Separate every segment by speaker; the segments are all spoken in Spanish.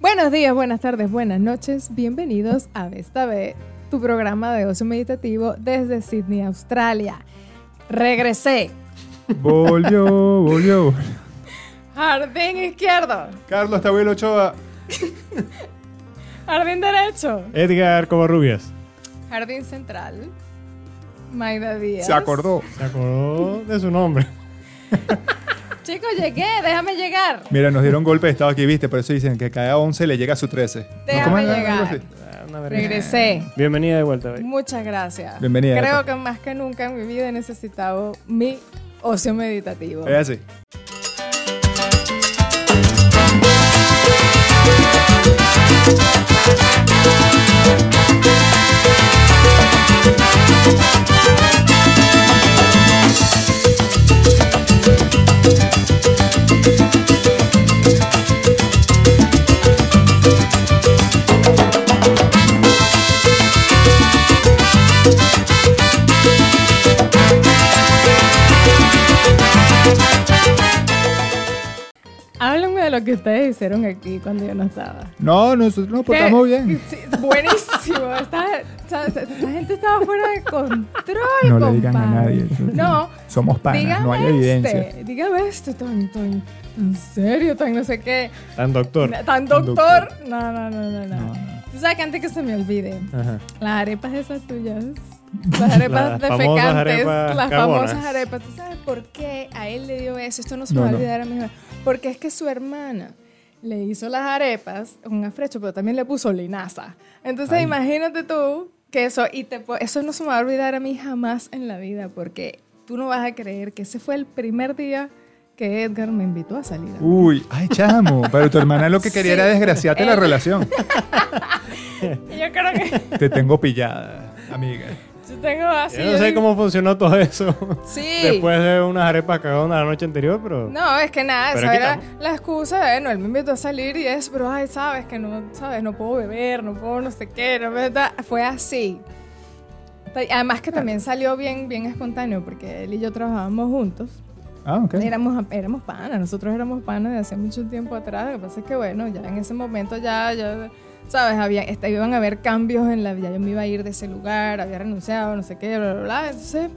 Speaker 1: Buenos días, buenas tardes, buenas noches. Bienvenidos a Vesta B, tu programa de ocio meditativo desde Sydney, Australia. Regresé.
Speaker 2: Volvió, volvió.
Speaker 1: Jardín izquierdo.
Speaker 2: Carlos Tabuelo Ochoa.
Speaker 1: Jardín derecho.
Speaker 2: Edgar Covarrubias.
Speaker 1: Jardín central. Maida Díaz.
Speaker 2: Se acordó. Se acordó de su nombre.
Speaker 1: Chicos, llegué, déjame llegar.
Speaker 2: Mira, nos dieron golpe de estado aquí, viste, por eso dicen que cada 11 le llega su 13.
Speaker 1: Déjame
Speaker 2: ¿Cómo es?
Speaker 1: llegar.
Speaker 2: Algo así.
Speaker 1: Regresé.
Speaker 3: Ah, Bienvenida de vuelta, baby.
Speaker 1: Muchas gracias.
Speaker 2: Bienvenida,
Speaker 1: Creo
Speaker 2: Epa.
Speaker 1: que más que nunca en mi vida he necesitado mi ocio meditativo.
Speaker 2: Es así.
Speaker 1: Háblenme de lo que ustedes hicieron aquí cuando yo no estaba.
Speaker 2: No, nosotros nos portamos bien.
Speaker 1: Sí, buenísimo. Esta, esta- esta gente estaba fuera de control.
Speaker 2: No le digan a
Speaker 1: compadre.
Speaker 2: nadie.
Speaker 1: No.
Speaker 2: Somos panas,
Speaker 1: dígame
Speaker 2: no hay
Speaker 1: este,
Speaker 2: evidencia.
Speaker 1: Dígame esto, tan, tan, tan serio, tan no sé qué.
Speaker 3: Tan doctor.
Speaker 1: Tan doctor. No, no, no, no, no.
Speaker 2: No,
Speaker 1: Tú sabes que antes que se me olvide,
Speaker 3: Ajá.
Speaker 1: las arepas esas tuyas. Las arepas
Speaker 3: Las famosas
Speaker 1: defecantes,
Speaker 3: arepas
Speaker 1: las
Speaker 3: carbonas.
Speaker 1: famosas arepas. ¿Tú sabes por qué a él le dio eso? Esto no se me
Speaker 2: No,
Speaker 1: va a
Speaker 2: no.
Speaker 1: olvidar a mi hija. Porque es que su hermana le hizo las arepas, un afrecho, pero también le puso linaza. Entonces imagínate tú que eso, y te, po- eso no se me va a olvidar a mí jamás en la vida, porque tú no vas a creer que ese fue el primer día que Edgar me invitó a salir. a-
Speaker 3: Uh.
Speaker 2: Uy, ay, chamo. Pero tu hermana lo que quería
Speaker 1: Sí.
Speaker 2: era desgraciarte la
Speaker 1: Eh.
Speaker 2: relación.
Speaker 1: Y Yo creo que
Speaker 2: Te tengo pillada, amiga.
Speaker 1: yo tengo así.
Speaker 3: Yo no
Speaker 1: yo
Speaker 3: sé
Speaker 1: digo-
Speaker 3: cómo funcionó todo eso.
Speaker 1: Sí.
Speaker 3: Después de unas arepas cagadas la noche anterior, pero.
Speaker 1: No, es que nada,
Speaker 3: Pero
Speaker 1: esa
Speaker 3: es que
Speaker 1: era la excusa de, bueno, él me invitó a salir y es, pero, ay, sabes que no, sabes, no puedo beber, no puedo no sé qué, no me da- fue así. Ta- Además que también salió bien, bien espontáneo porque él y yo trabajábamos juntos.
Speaker 2: Ah, ok.
Speaker 1: Éramos, éramos panas, nosotros éramos panas de hace mucho tiempo atrás. Lo que pasa es que, bueno, ya en ese momento ya, ya ¿sabes? Había, este, iban a haber cambios en la vida. Yo me iba a ir de ese lugar, había renunciado, no sé qué, bla, bla, bla. Entonces,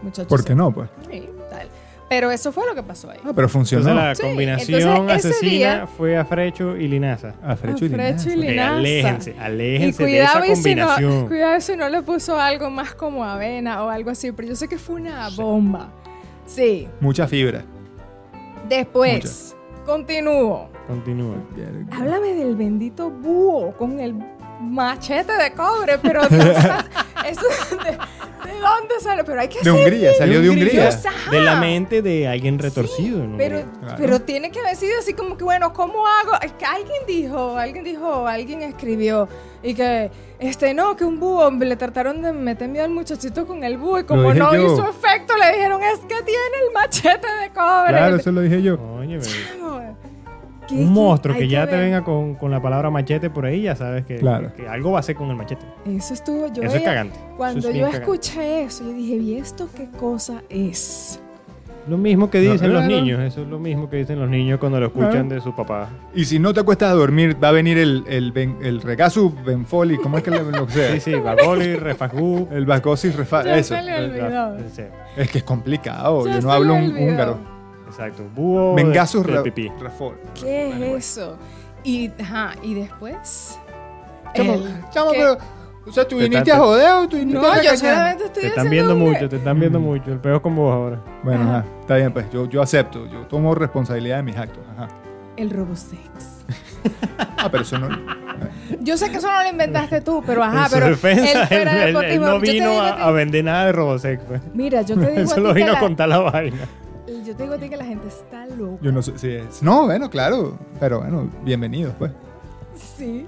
Speaker 1: muchachos.
Speaker 2: ¿Por qué no, pues?
Speaker 1: Sí, tal. Pero eso fue lo que pasó ahí.
Speaker 2: Ah, pero funcionó.
Speaker 3: Entonces la
Speaker 1: Sí,
Speaker 3: combinación
Speaker 1: entonces ese
Speaker 3: asesina
Speaker 1: día-
Speaker 3: fue afrecho y linaza.
Speaker 2: Ah, Frecho y
Speaker 1: Afrecho y
Speaker 2: Linaza.
Speaker 3: Ok,
Speaker 1: Linaza.
Speaker 3: aléjense,
Speaker 1: Y
Speaker 3: aléjense de
Speaker 1: cuidado,
Speaker 3: esa
Speaker 1: y si no,
Speaker 3: combinación.
Speaker 1: cuidado si no le puso algo más como avena o algo así, pero yo sé que fue una bomba. Sí.
Speaker 2: Mucha fibra.
Speaker 1: Después, continúo.
Speaker 3: Continúa.
Speaker 1: Háblame del bendito búho con el machete de cobre, pero Dios santo, eso, ¿de, de dónde sale? Pero hay que
Speaker 2: De
Speaker 1: hacer-
Speaker 2: Hungría, salió de Hungría.
Speaker 1: Dios, ajá.
Speaker 3: De la mente de alguien retorcido. ¿no?
Speaker 1: Pero,
Speaker 2: Claro.
Speaker 1: pero tiene que haber sido así como que, bueno, ¿cómo hago? Es que alguien dijo, alguien dijo, alguien escribió y que, este, no, que un búho, le trataron de meter miedo al muchachito con el búho y como
Speaker 2: dije
Speaker 1: no
Speaker 2: yo.
Speaker 1: hizo efecto, le dijeron, es que tiene el machete de cobre.
Speaker 2: Claro, eso lo dije yo.
Speaker 3: Coño, baby.
Speaker 1: Chamo, ¿qué- qué?
Speaker 3: un monstruo
Speaker 1: Hay
Speaker 3: que ya te
Speaker 1: ver.
Speaker 3: venga con, con la palabra machete por ahí, ya sabes que,
Speaker 2: Claro.
Speaker 3: que algo va a hacer con el machete.
Speaker 1: Eso estuvo, yo
Speaker 3: eso es
Speaker 1: veía-
Speaker 3: cagante. Eso
Speaker 1: Cuando
Speaker 3: es
Speaker 1: yo
Speaker 3: bien cagante.
Speaker 1: escuché eso, yo dije, ¿y esto qué cosa es?
Speaker 3: Lo mismo que
Speaker 2: No,
Speaker 3: dicen los
Speaker 2: claro.
Speaker 3: niños, eso es lo mismo que dicen los niños cuando lo escuchan
Speaker 2: Claro.
Speaker 3: de su papá.
Speaker 2: Y si no te acuestas a dormir, va a venir el, el, ben- el regazo benfoli, ¿cómo es que le- lo que sea?
Speaker 3: Sí, sí, Baboli, Refagú.
Speaker 2: El vascosis refa...
Speaker 1: Ya
Speaker 2: Eso.
Speaker 1: se le olvidó.
Speaker 3: Sí,
Speaker 2: Es que es complicado,
Speaker 1: Ya
Speaker 2: yo
Speaker 1: se
Speaker 2: no hablo
Speaker 1: me
Speaker 2: un
Speaker 1: olvidó.
Speaker 2: húngaro.
Speaker 3: Exacto.
Speaker 2: Oh, eh,
Speaker 3: Búho. del-
Speaker 2: Bengasus
Speaker 3: del
Speaker 2: re-
Speaker 3: pipí.
Speaker 2: refor.
Speaker 1: ¿Qué es eso? Y, ajá, y después...
Speaker 2: Chamo,
Speaker 1: el-
Speaker 2: chamo,
Speaker 1: que-
Speaker 2: pero... O sea, ¿tú
Speaker 3: Te
Speaker 2: viniste
Speaker 3: están-
Speaker 2: a joder o tú viniste a
Speaker 1: No, yo
Speaker 2: regañar?
Speaker 1: solamente estoy
Speaker 3: Te están
Speaker 1: haciendo
Speaker 3: viendo
Speaker 1: un-
Speaker 3: mucho, te están viendo
Speaker 2: Mm.
Speaker 3: mucho. El peor es con vos ahora.
Speaker 2: Bueno,
Speaker 1: Ajá.
Speaker 2: ajá. Está bien, pues yo, yo acepto. Yo tomo responsabilidad de mis actos. Ajá.
Speaker 1: El Robosex.
Speaker 2: Ah, pero eso no...
Speaker 1: Yo sé que eso no lo inventaste tú, pero ajá,
Speaker 3: en su
Speaker 1: pero
Speaker 3: defensa, él,
Speaker 1: fuera
Speaker 3: él- él
Speaker 1: deportivo.
Speaker 3: no
Speaker 1: Yo te
Speaker 3: vino
Speaker 1: digo
Speaker 3: a,
Speaker 1: a ti-
Speaker 3: a vender nada de Robosec. pues.
Speaker 1: Mira, yo te digo a
Speaker 3: Eso lo
Speaker 1: ti que
Speaker 3: vino a
Speaker 1: la-
Speaker 3: contar la vaina.
Speaker 1: yo te digo a ti que la gente está loca.
Speaker 2: Yo no sé si es... No, bueno, claro. Pero bueno, bienvenidos, pues.
Speaker 1: Sí.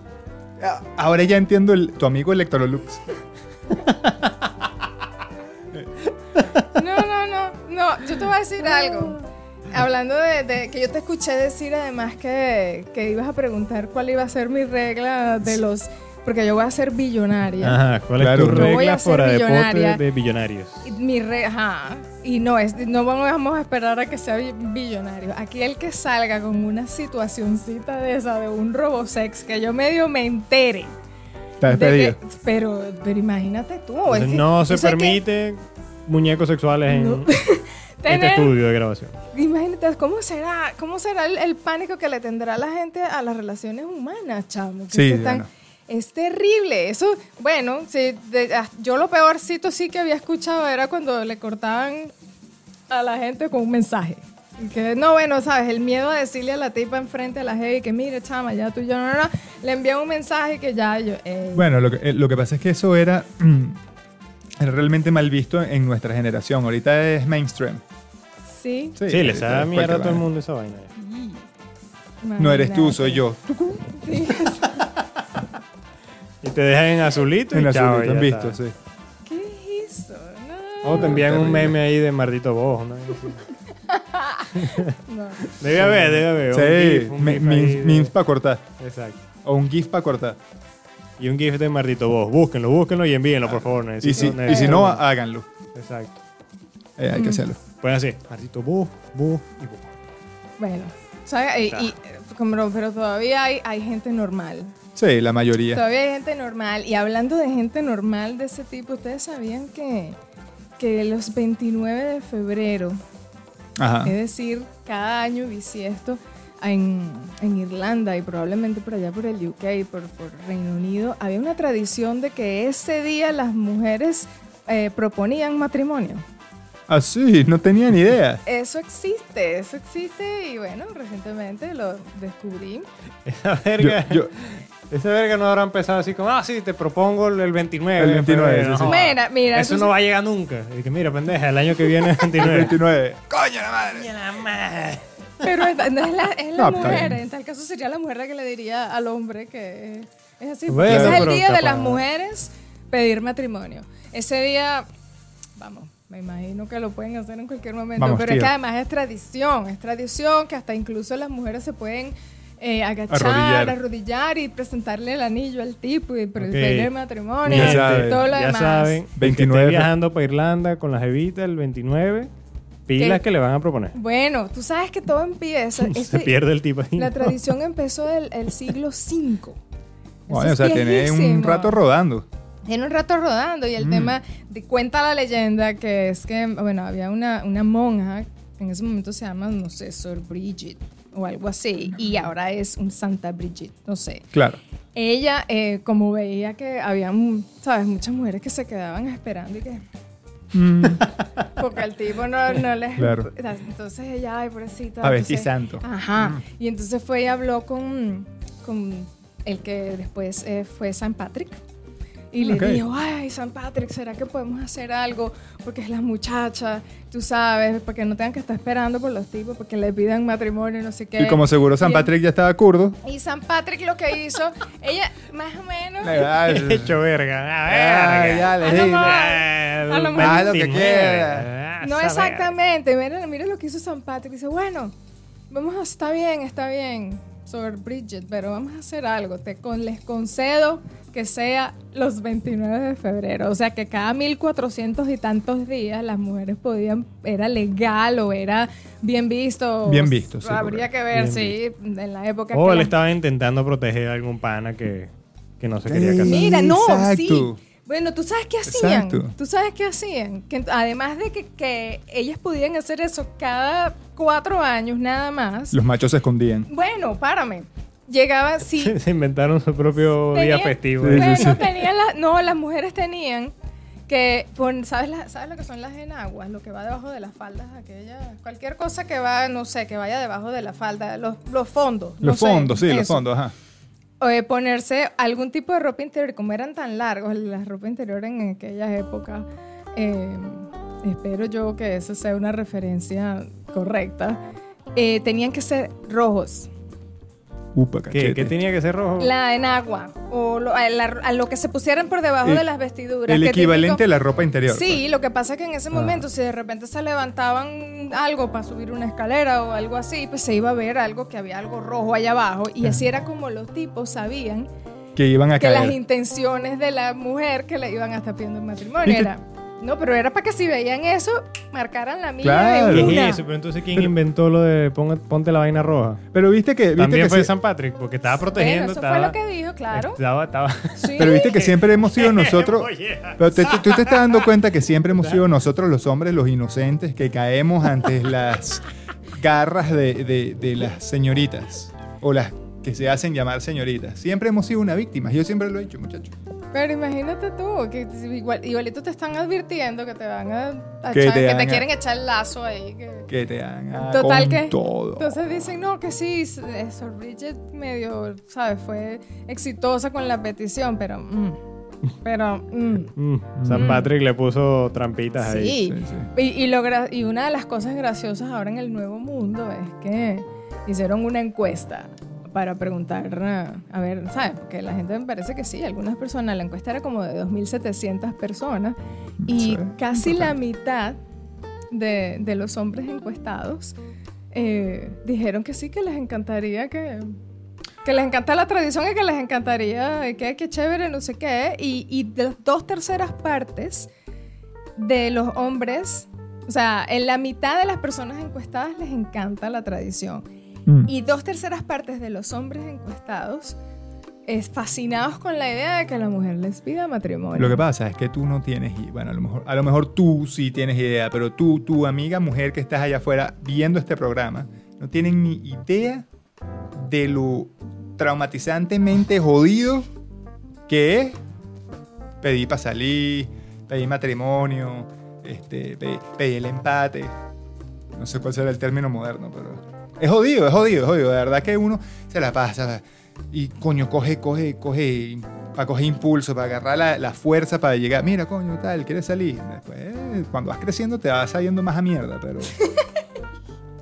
Speaker 2: Ah, Ahora ya entiendo el, tu amigo Electrolux.
Speaker 1: No, no, no, no. Yo te voy a decir algo. Hablando de, de que yo te escuché decir además que, que ibas a preguntar cuál iba a ser mi regla de los Porque yo voy a ser billonaria.
Speaker 3: Ajá, ¿cuál
Speaker 2: Claro.
Speaker 3: es tu
Speaker 2: Yo
Speaker 1: voy a
Speaker 3: regla
Speaker 1: ser
Speaker 3: fuera de
Speaker 1: millonaria.
Speaker 3: pote de billonarios?
Speaker 1: Y Mi re, ajá. Y no es, no vamos a esperar a que sea bi- billonario. Aquí el que salga con una situacioncita de esa, de un robosex, que yo medio me entere.
Speaker 2: Está
Speaker 1: de que-
Speaker 2: despedido.
Speaker 1: pero, pero imagínate tú. es
Speaker 3: Entonces,
Speaker 1: que-
Speaker 3: no se
Speaker 1: eso hay que
Speaker 3: permite muñecos sexuales en
Speaker 1: No.
Speaker 3: este
Speaker 1: tener-
Speaker 3: estudio de grabación.
Speaker 1: Imagínate cómo será, cómo será el, el pánico que le tendrá la gente a las relaciones humanas, chamo. que
Speaker 2: Sí,
Speaker 1: eso es tan-
Speaker 2: bueno.
Speaker 1: Es terrible. Eso, bueno, sí, de- ah, yo lo peorcito sí que había escuchado era cuando le cortaban a la gente con un mensaje. Y Que, no, bueno, sabes, el miedo a decirle a la tipa enfrente a la heavy que mire, chama, ya tú y yo no, no, no", le envía un mensaje que ya yo. "Ey".
Speaker 2: Bueno, lo que, eh, lo que pasa es que eso era mm, era realmente mal visto en nuestra generación. Ahorita es mainstream.
Speaker 1: sí.
Speaker 3: Sí, les
Speaker 2: ahorita
Speaker 3: da
Speaker 2: es
Speaker 3: mierda a todo el
Speaker 2: cualquier
Speaker 3: mundo esa vaina.
Speaker 2: vaina. No eres tú, soy yo.
Speaker 1: Sí.
Speaker 3: Y te dejan en azulito y
Speaker 2: En
Speaker 3: chao,
Speaker 2: azulito,
Speaker 3: ya
Speaker 2: han visto,
Speaker 3: está.
Speaker 2: sí.
Speaker 1: ¿Qué es eso? No.
Speaker 3: O te envían un
Speaker 2: Terrible.
Speaker 3: meme ahí de Mardito Vos. ¿no?
Speaker 1: no.
Speaker 3: Debe haber, debe haber. un
Speaker 2: Sí,
Speaker 3: gif, un
Speaker 2: mi-
Speaker 3: gif
Speaker 2: mi-
Speaker 3: ahí de-
Speaker 2: memes para cortar.
Speaker 3: Exacto.
Speaker 2: O un GIF para cortar.
Speaker 3: Y un GIF de Mardito Vos. Búsquenlo, búsquenlo y envíenlo, por favor.
Speaker 2: Y
Speaker 3: necesito-
Speaker 2: si, y si
Speaker 3: necesito
Speaker 2: no,
Speaker 3: uno.
Speaker 2: háganlo.
Speaker 3: Exacto.
Speaker 2: Eh,
Speaker 1: Mm.
Speaker 2: hay que hacerlo.
Speaker 3: Pueden así. Mardito Vos, Vos y Vos.
Speaker 1: Bueno, o sea, y- y- como- pero todavía hay, hay gente normal.
Speaker 2: Sí, la mayoría.
Speaker 1: Todavía hay gente normal. Y hablando de gente normal de ese tipo, ¿ustedes sabían que, que los 29 de febrero,
Speaker 2: Ajá.
Speaker 1: es decir, cada año bisiesto, en, en Irlanda y probablemente por allá por el UK, por, por Reino Unido, había una tradición de que ese día las mujeres eh, proponían matrimonio.
Speaker 2: Ah, sí, no tenía ni idea.
Speaker 1: Eso existe, eso existe y bueno, recientemente lo descubrí.
Speaker 3: Esa
Speaker 2: Yo,
Speaker 3: verga.
Speaker 2: yo-
Speaker 3: Esa verga no habrá empezado así como, ah, sí, te propongo el 29.
Speaker 2: El 29,
Speaker 3: pero
Speaker 2: sí, sí.
Speaker 3: jodas.
Speaker 1: Mira, mira,
Speaker 3: Eso
Speaker 1: eso
Speaker 3: no
Speaker 1: sí-
Speaker 3: va a llegar nunca. Y que, mira, pendeja, el año que viene es 29.
Speaker 2: 29. ¡Coño la madre!
Speaker 1: Pero es, no es la, es la
Speaker 2: No, está
Speaker 1: mujer,
Speaker 2: bien.
Speaker 1: en tal caso sería la mujer la que le diría al hombre que eh, es así.
Speaker 3: Bueno,
Speaker 1: porque ese es el
Speaker 3: pero
Speaker 1: día de las
Speaker 3: capaz.
Speaker 1: mujeres pedir matrimonio. Ese día, vamos, me imagino que lo pueden hacer en cualquier momento,
Speaker 2: Vamos,
Speaker 1: pero es
Speaker 2: tío.
Speaker 1: que además es tradición, es tradición que hasta incluso las mujeres se pueden eh, agachar,
Speaker 2: Arrodillar.
Speaker 1: arrodillar. y presentarle el anillo al tipo y pre-
Speaker 3: Ok.
Speaker 1: pedir el matrimonio,
Speaker 2: Ya
Speaker 1: y
Speaker 2: saben,
Speaker 1: todo lo
Speaker 3: ya
Speaker 1: demás.
Speaker 3: saben, el que esté
Speaker 2: 29.
Speaker 3: viajando para Irlanda con las evitas el 29, pilas
Speaker 1: ¿Qué?
Speaker 3: que le van a proponer.
Speaker 1: Bueno, tú sabes que todo empieza.
Speaker 3: Se
Speaker 1: este-
Speaker 3: pierde el tipo ahí.
Speaker 1: La tradición empezó el, el siglo V. Eso
Speaker 2: Bueno,
Speaker 1: es
Speaker 2: o sea, tiene un
Speaker 1: viejísimo.
Speaker 2: rato Mm. rodando.
Speaker 1: Tiene un rato rodando y el tema de- cuenta la leyenda que es que, bueno, había una, una monja, en ese momento se llama, no sé, Sor Bridget o algo así, y ahora es un Santa Bridget, no sé.
Speaker 2: Claro.
Speaker 1: Ella, eh, como veía que había, mm, ¿sabes? Muchas mujeres que se quedaban esperando y que... Porque el tipo no, no les...
Speaker 2: Mm. Claro.
Speaker 1: Entonces ella, ay, pobrecita.
Speaker 2: A vestir
Speaker 1: entonces-
Speaker 2: santo. Mm.
Speaker 1: Ajá. Y entonces fue y habló con, con el que después eh, fue San Patrick. Y le
Speaker 2: Ok.
Speaker 1: dijo, ay, San Patrick, ¿será que podemos hacer algo? Porque es la muchacha, tú sabes, porque no tengan que estar esperando por los tipos, porque le pidan matrimonio, no sé qué.
Speaker 2: Y como seguro San
Speaker 1: Bien.
Speaker 2: Patrick ya estaba curdo.
Speaker 1: Y San Patrick lo que hizo, ella más o menos...
Speaker 2: Ay,
Speaker 3: Hecho verga. la
Speaker 2: Ah,
Speaker 3: verga.
Speaker 2: ya le
Speaker 1: Ah, no,
Speaker 2: dije.
Speaker 1: no.
Speaker 3: Ah, el
Speaker 1: A lo mejor-
Speaker 2: Ah, lo que
Speaker 3: 29,
Speaker 2: quiera.
Speaker 1: No
Speaker 3: ah, esa verga.
Speaker 1: exactamente. Mira, mira lo que hizo San Patrick. Dice, bueno, vamos a, está bien, está bien, sobre Bridget, pero vamos a hacer algo. Te con, les concedo que sea los 29 de febrero. O sea, que cada 1400 y tantos días las mujeres podían, era legal o era bien visto.
Speaker 2: Bien visto, sí,
Speaker 1: Habría
Speaker 2: correcto. Oh,
Speaker 1: que ver,
Speaker 3: Bien
Speaker 1: sí, en la época.
Speaker 3: O
Speaker 1: que
Speaker 3: Oh, él
Speaker 1: las-
Speaker 3: estaba intentando proteger a algún pana que, que no se quería
Speaker 2: Sí.
Speaker 3: casar.
Speaker 1: Mira, no,
Speaker 2: Exacto.
Speaker 1: sí. Bueno, tú sabes qué hacían.
Speaker 2: Exacto.
Speaker 1: Tú sabes qué hacían. Que ent- además de que, que ellas podían hacer eso cada cuatro años nada más.
Speaker 2: Los machos se escondían.
Speaker 1: Bueno, párame. Llegaba, sí.
Speaker 3: Se inventaron su propio
Speaker 1: Tenía-
Speaker 3: día festivo.
Speaker 2: Sí,
Speaker 1: bueno,
Speaker 2: sí, sí.
Speaker 1: tenían las. No, las mujeres tenían que. pon- ¿sabes, la- ¿Sabes lo que son las enaguas? Lo que va debajo de las faldas, aquella. Cualquier cosa que va, no sé, que vaya debajo de la falda. Los, los fondos. no
Speaker 2: Los
Speaker 1: sé,
Speaker 2: fondos, sí, los
Speaker 1: eso.
Speaker 2: fondos, ajá.
Speaker 1: O de ponerse algún tipo de ropa interior, como eran tan largos la ropa interior en aquellas épocas. eh, espero yo que esa sea una referencia correcta. eh, tenían que ser rojos,
Speaker 2: Upa,
Speaker 3: ¿Qué,
Speaker 2: cachete.
Speaker 3: ¿Qué tenía que ser
Speaker 2: Mm.
Speaker 3: rojo?
Speaker 1: la enagua, o lo, a, la- a lo que se pusieran por debajo
Speaker 2: El-
Speaker 1: de las vestiduras.
Speaker 2: El
Speaker 1: que
Speaker 2: equivalente pues. a
Speaker 1: típico-
Speaker 2: la ropa interior.
Speaker 1: Sí, lo que pasa es que en
Speaker 2: Ah.
Speaker 1: ese momento, si de repente se levantaban algo para subir una escalera o algo así, pues se iba a ver algo que había algo rojo allá abajo. Y así era como los tipos sabían
Speaker 2: que iban a
Speaker 1: que las
Speaker 2: caer.
Speaker 1: intenciones de la mujer que le iban a estar pidiendo en matrimonio
Speaker 2: Viste.
Speaker 1: era. No, pero era para que si veían eso, marcaran la mía
Speaker 2: Claro.
Speaker 1: de
Speaker 2: ¿Qué
Speaker 3: ¿Qué
Speaker 1: una.
Speaker 3: es eso? Pero entonces, ¿quién inventó lo de ponga- ponte la vaina roja?
Speaker 2: Pero viste que, viste
Speaker 3: También
Speaker 2: que
Speaker 3: fue
Speaker 2: sí-
Speaker 3: de San Patrick, porque estaba
Speaker 1: Bueno,
Speaker 3: protegiendo.
Speaker 1: eso
Speaker 3: estaba, este,
Speaker 1: fue lo que dijo, claro.
Speaker 3: Estaba, estaba.
Speaker 1: Sí.
Speaker 2: Pero viste que siempre hemos sido nosotros.
Speaker 3: Oye.
Speaker 2: Pero te- tú te estás dando cuenta que siempre hemos sido nosotros los hombres, los inocentes, que caemos ante las garras de, de- de las señoritas o las que se hacen llamar señoritas. Siempre hemos sido una víctima. Yo siempre lo he dicho, muchachos.
Speaker 1: Pero imagínate tú, que igual, igualito te están advirtiendo que te van a, a
Speaker 2: Que
Speaker 1: echar-
Speaker 2: te
Speaker 1: que
Speaker 2: van
Speaker 1: te
Speaker 2: a-
Speaker 1: quieren echar el lazo ahí. que-
Speaker 2: Que te dan a
Speaker 1: Total
Speaker 2: con
Speaker 1: que-
Speaker 2: todo.
Speaker 1: Entonces dicen, no, que sí, s- eh, Sor Bridget medio, ¿sabes? Fue exitosa con la petición, pero... mm, pero... mm,
Speaker 3: Mm, San Patrick le puso trampitas ahí.
Speaker 1: sí.
Speaker 2: Sí, sí.
Speaker 1: Y, y lo gra- y una de las cosas graciosas ahora en el Nuevo Mundo es que hicieron una encuesta para preguntar, eh, a ver, ¿sabes? Porque la gente me parece que sí, algunas personas, la encuesta era como de 2.700 personas y
Speaker 2: Sí,
Speaker 1: casi la mitad de, de los hombres encuestados eh, dijeron que sí, que les encantaría que... Que les encanta la tradición y que les encantaría, eh, que, que chévere, no sé qué. Y, y de las dos terceras partes de los hombres, o sea, en la mitad de las personas encuestadas les encanta la tradición.
Speaker 2: Mm.
Speaker 1: Y dos terceras partes de los hombres encuestados es fascinados con la idea de que la mujer les pida matrimonio.
Speaker 2: Lo que pasa es que tú no tienes, i- bueno, a lo mejor, a lo mejor tú sí tienes idea, pero tú, tu amiga mujer que estás allá afuera viendo este programa, no tienen ni idea de lo traumatizantemente jodido que es pedir para salir, pedir matrimonio, este, pe- pedir el empate. No sé cuál será el término moderno, pero es jodido, es jodido, es jodido. De verdad que uno se la pasa y coño, coge, coge, coge, para coger impulso, para agarrar la, la fuerza para llegar. Mira, coño, tal, quieres salir. Después, eh, cuando vas creciendo te vas saliendo más a mierda, pero.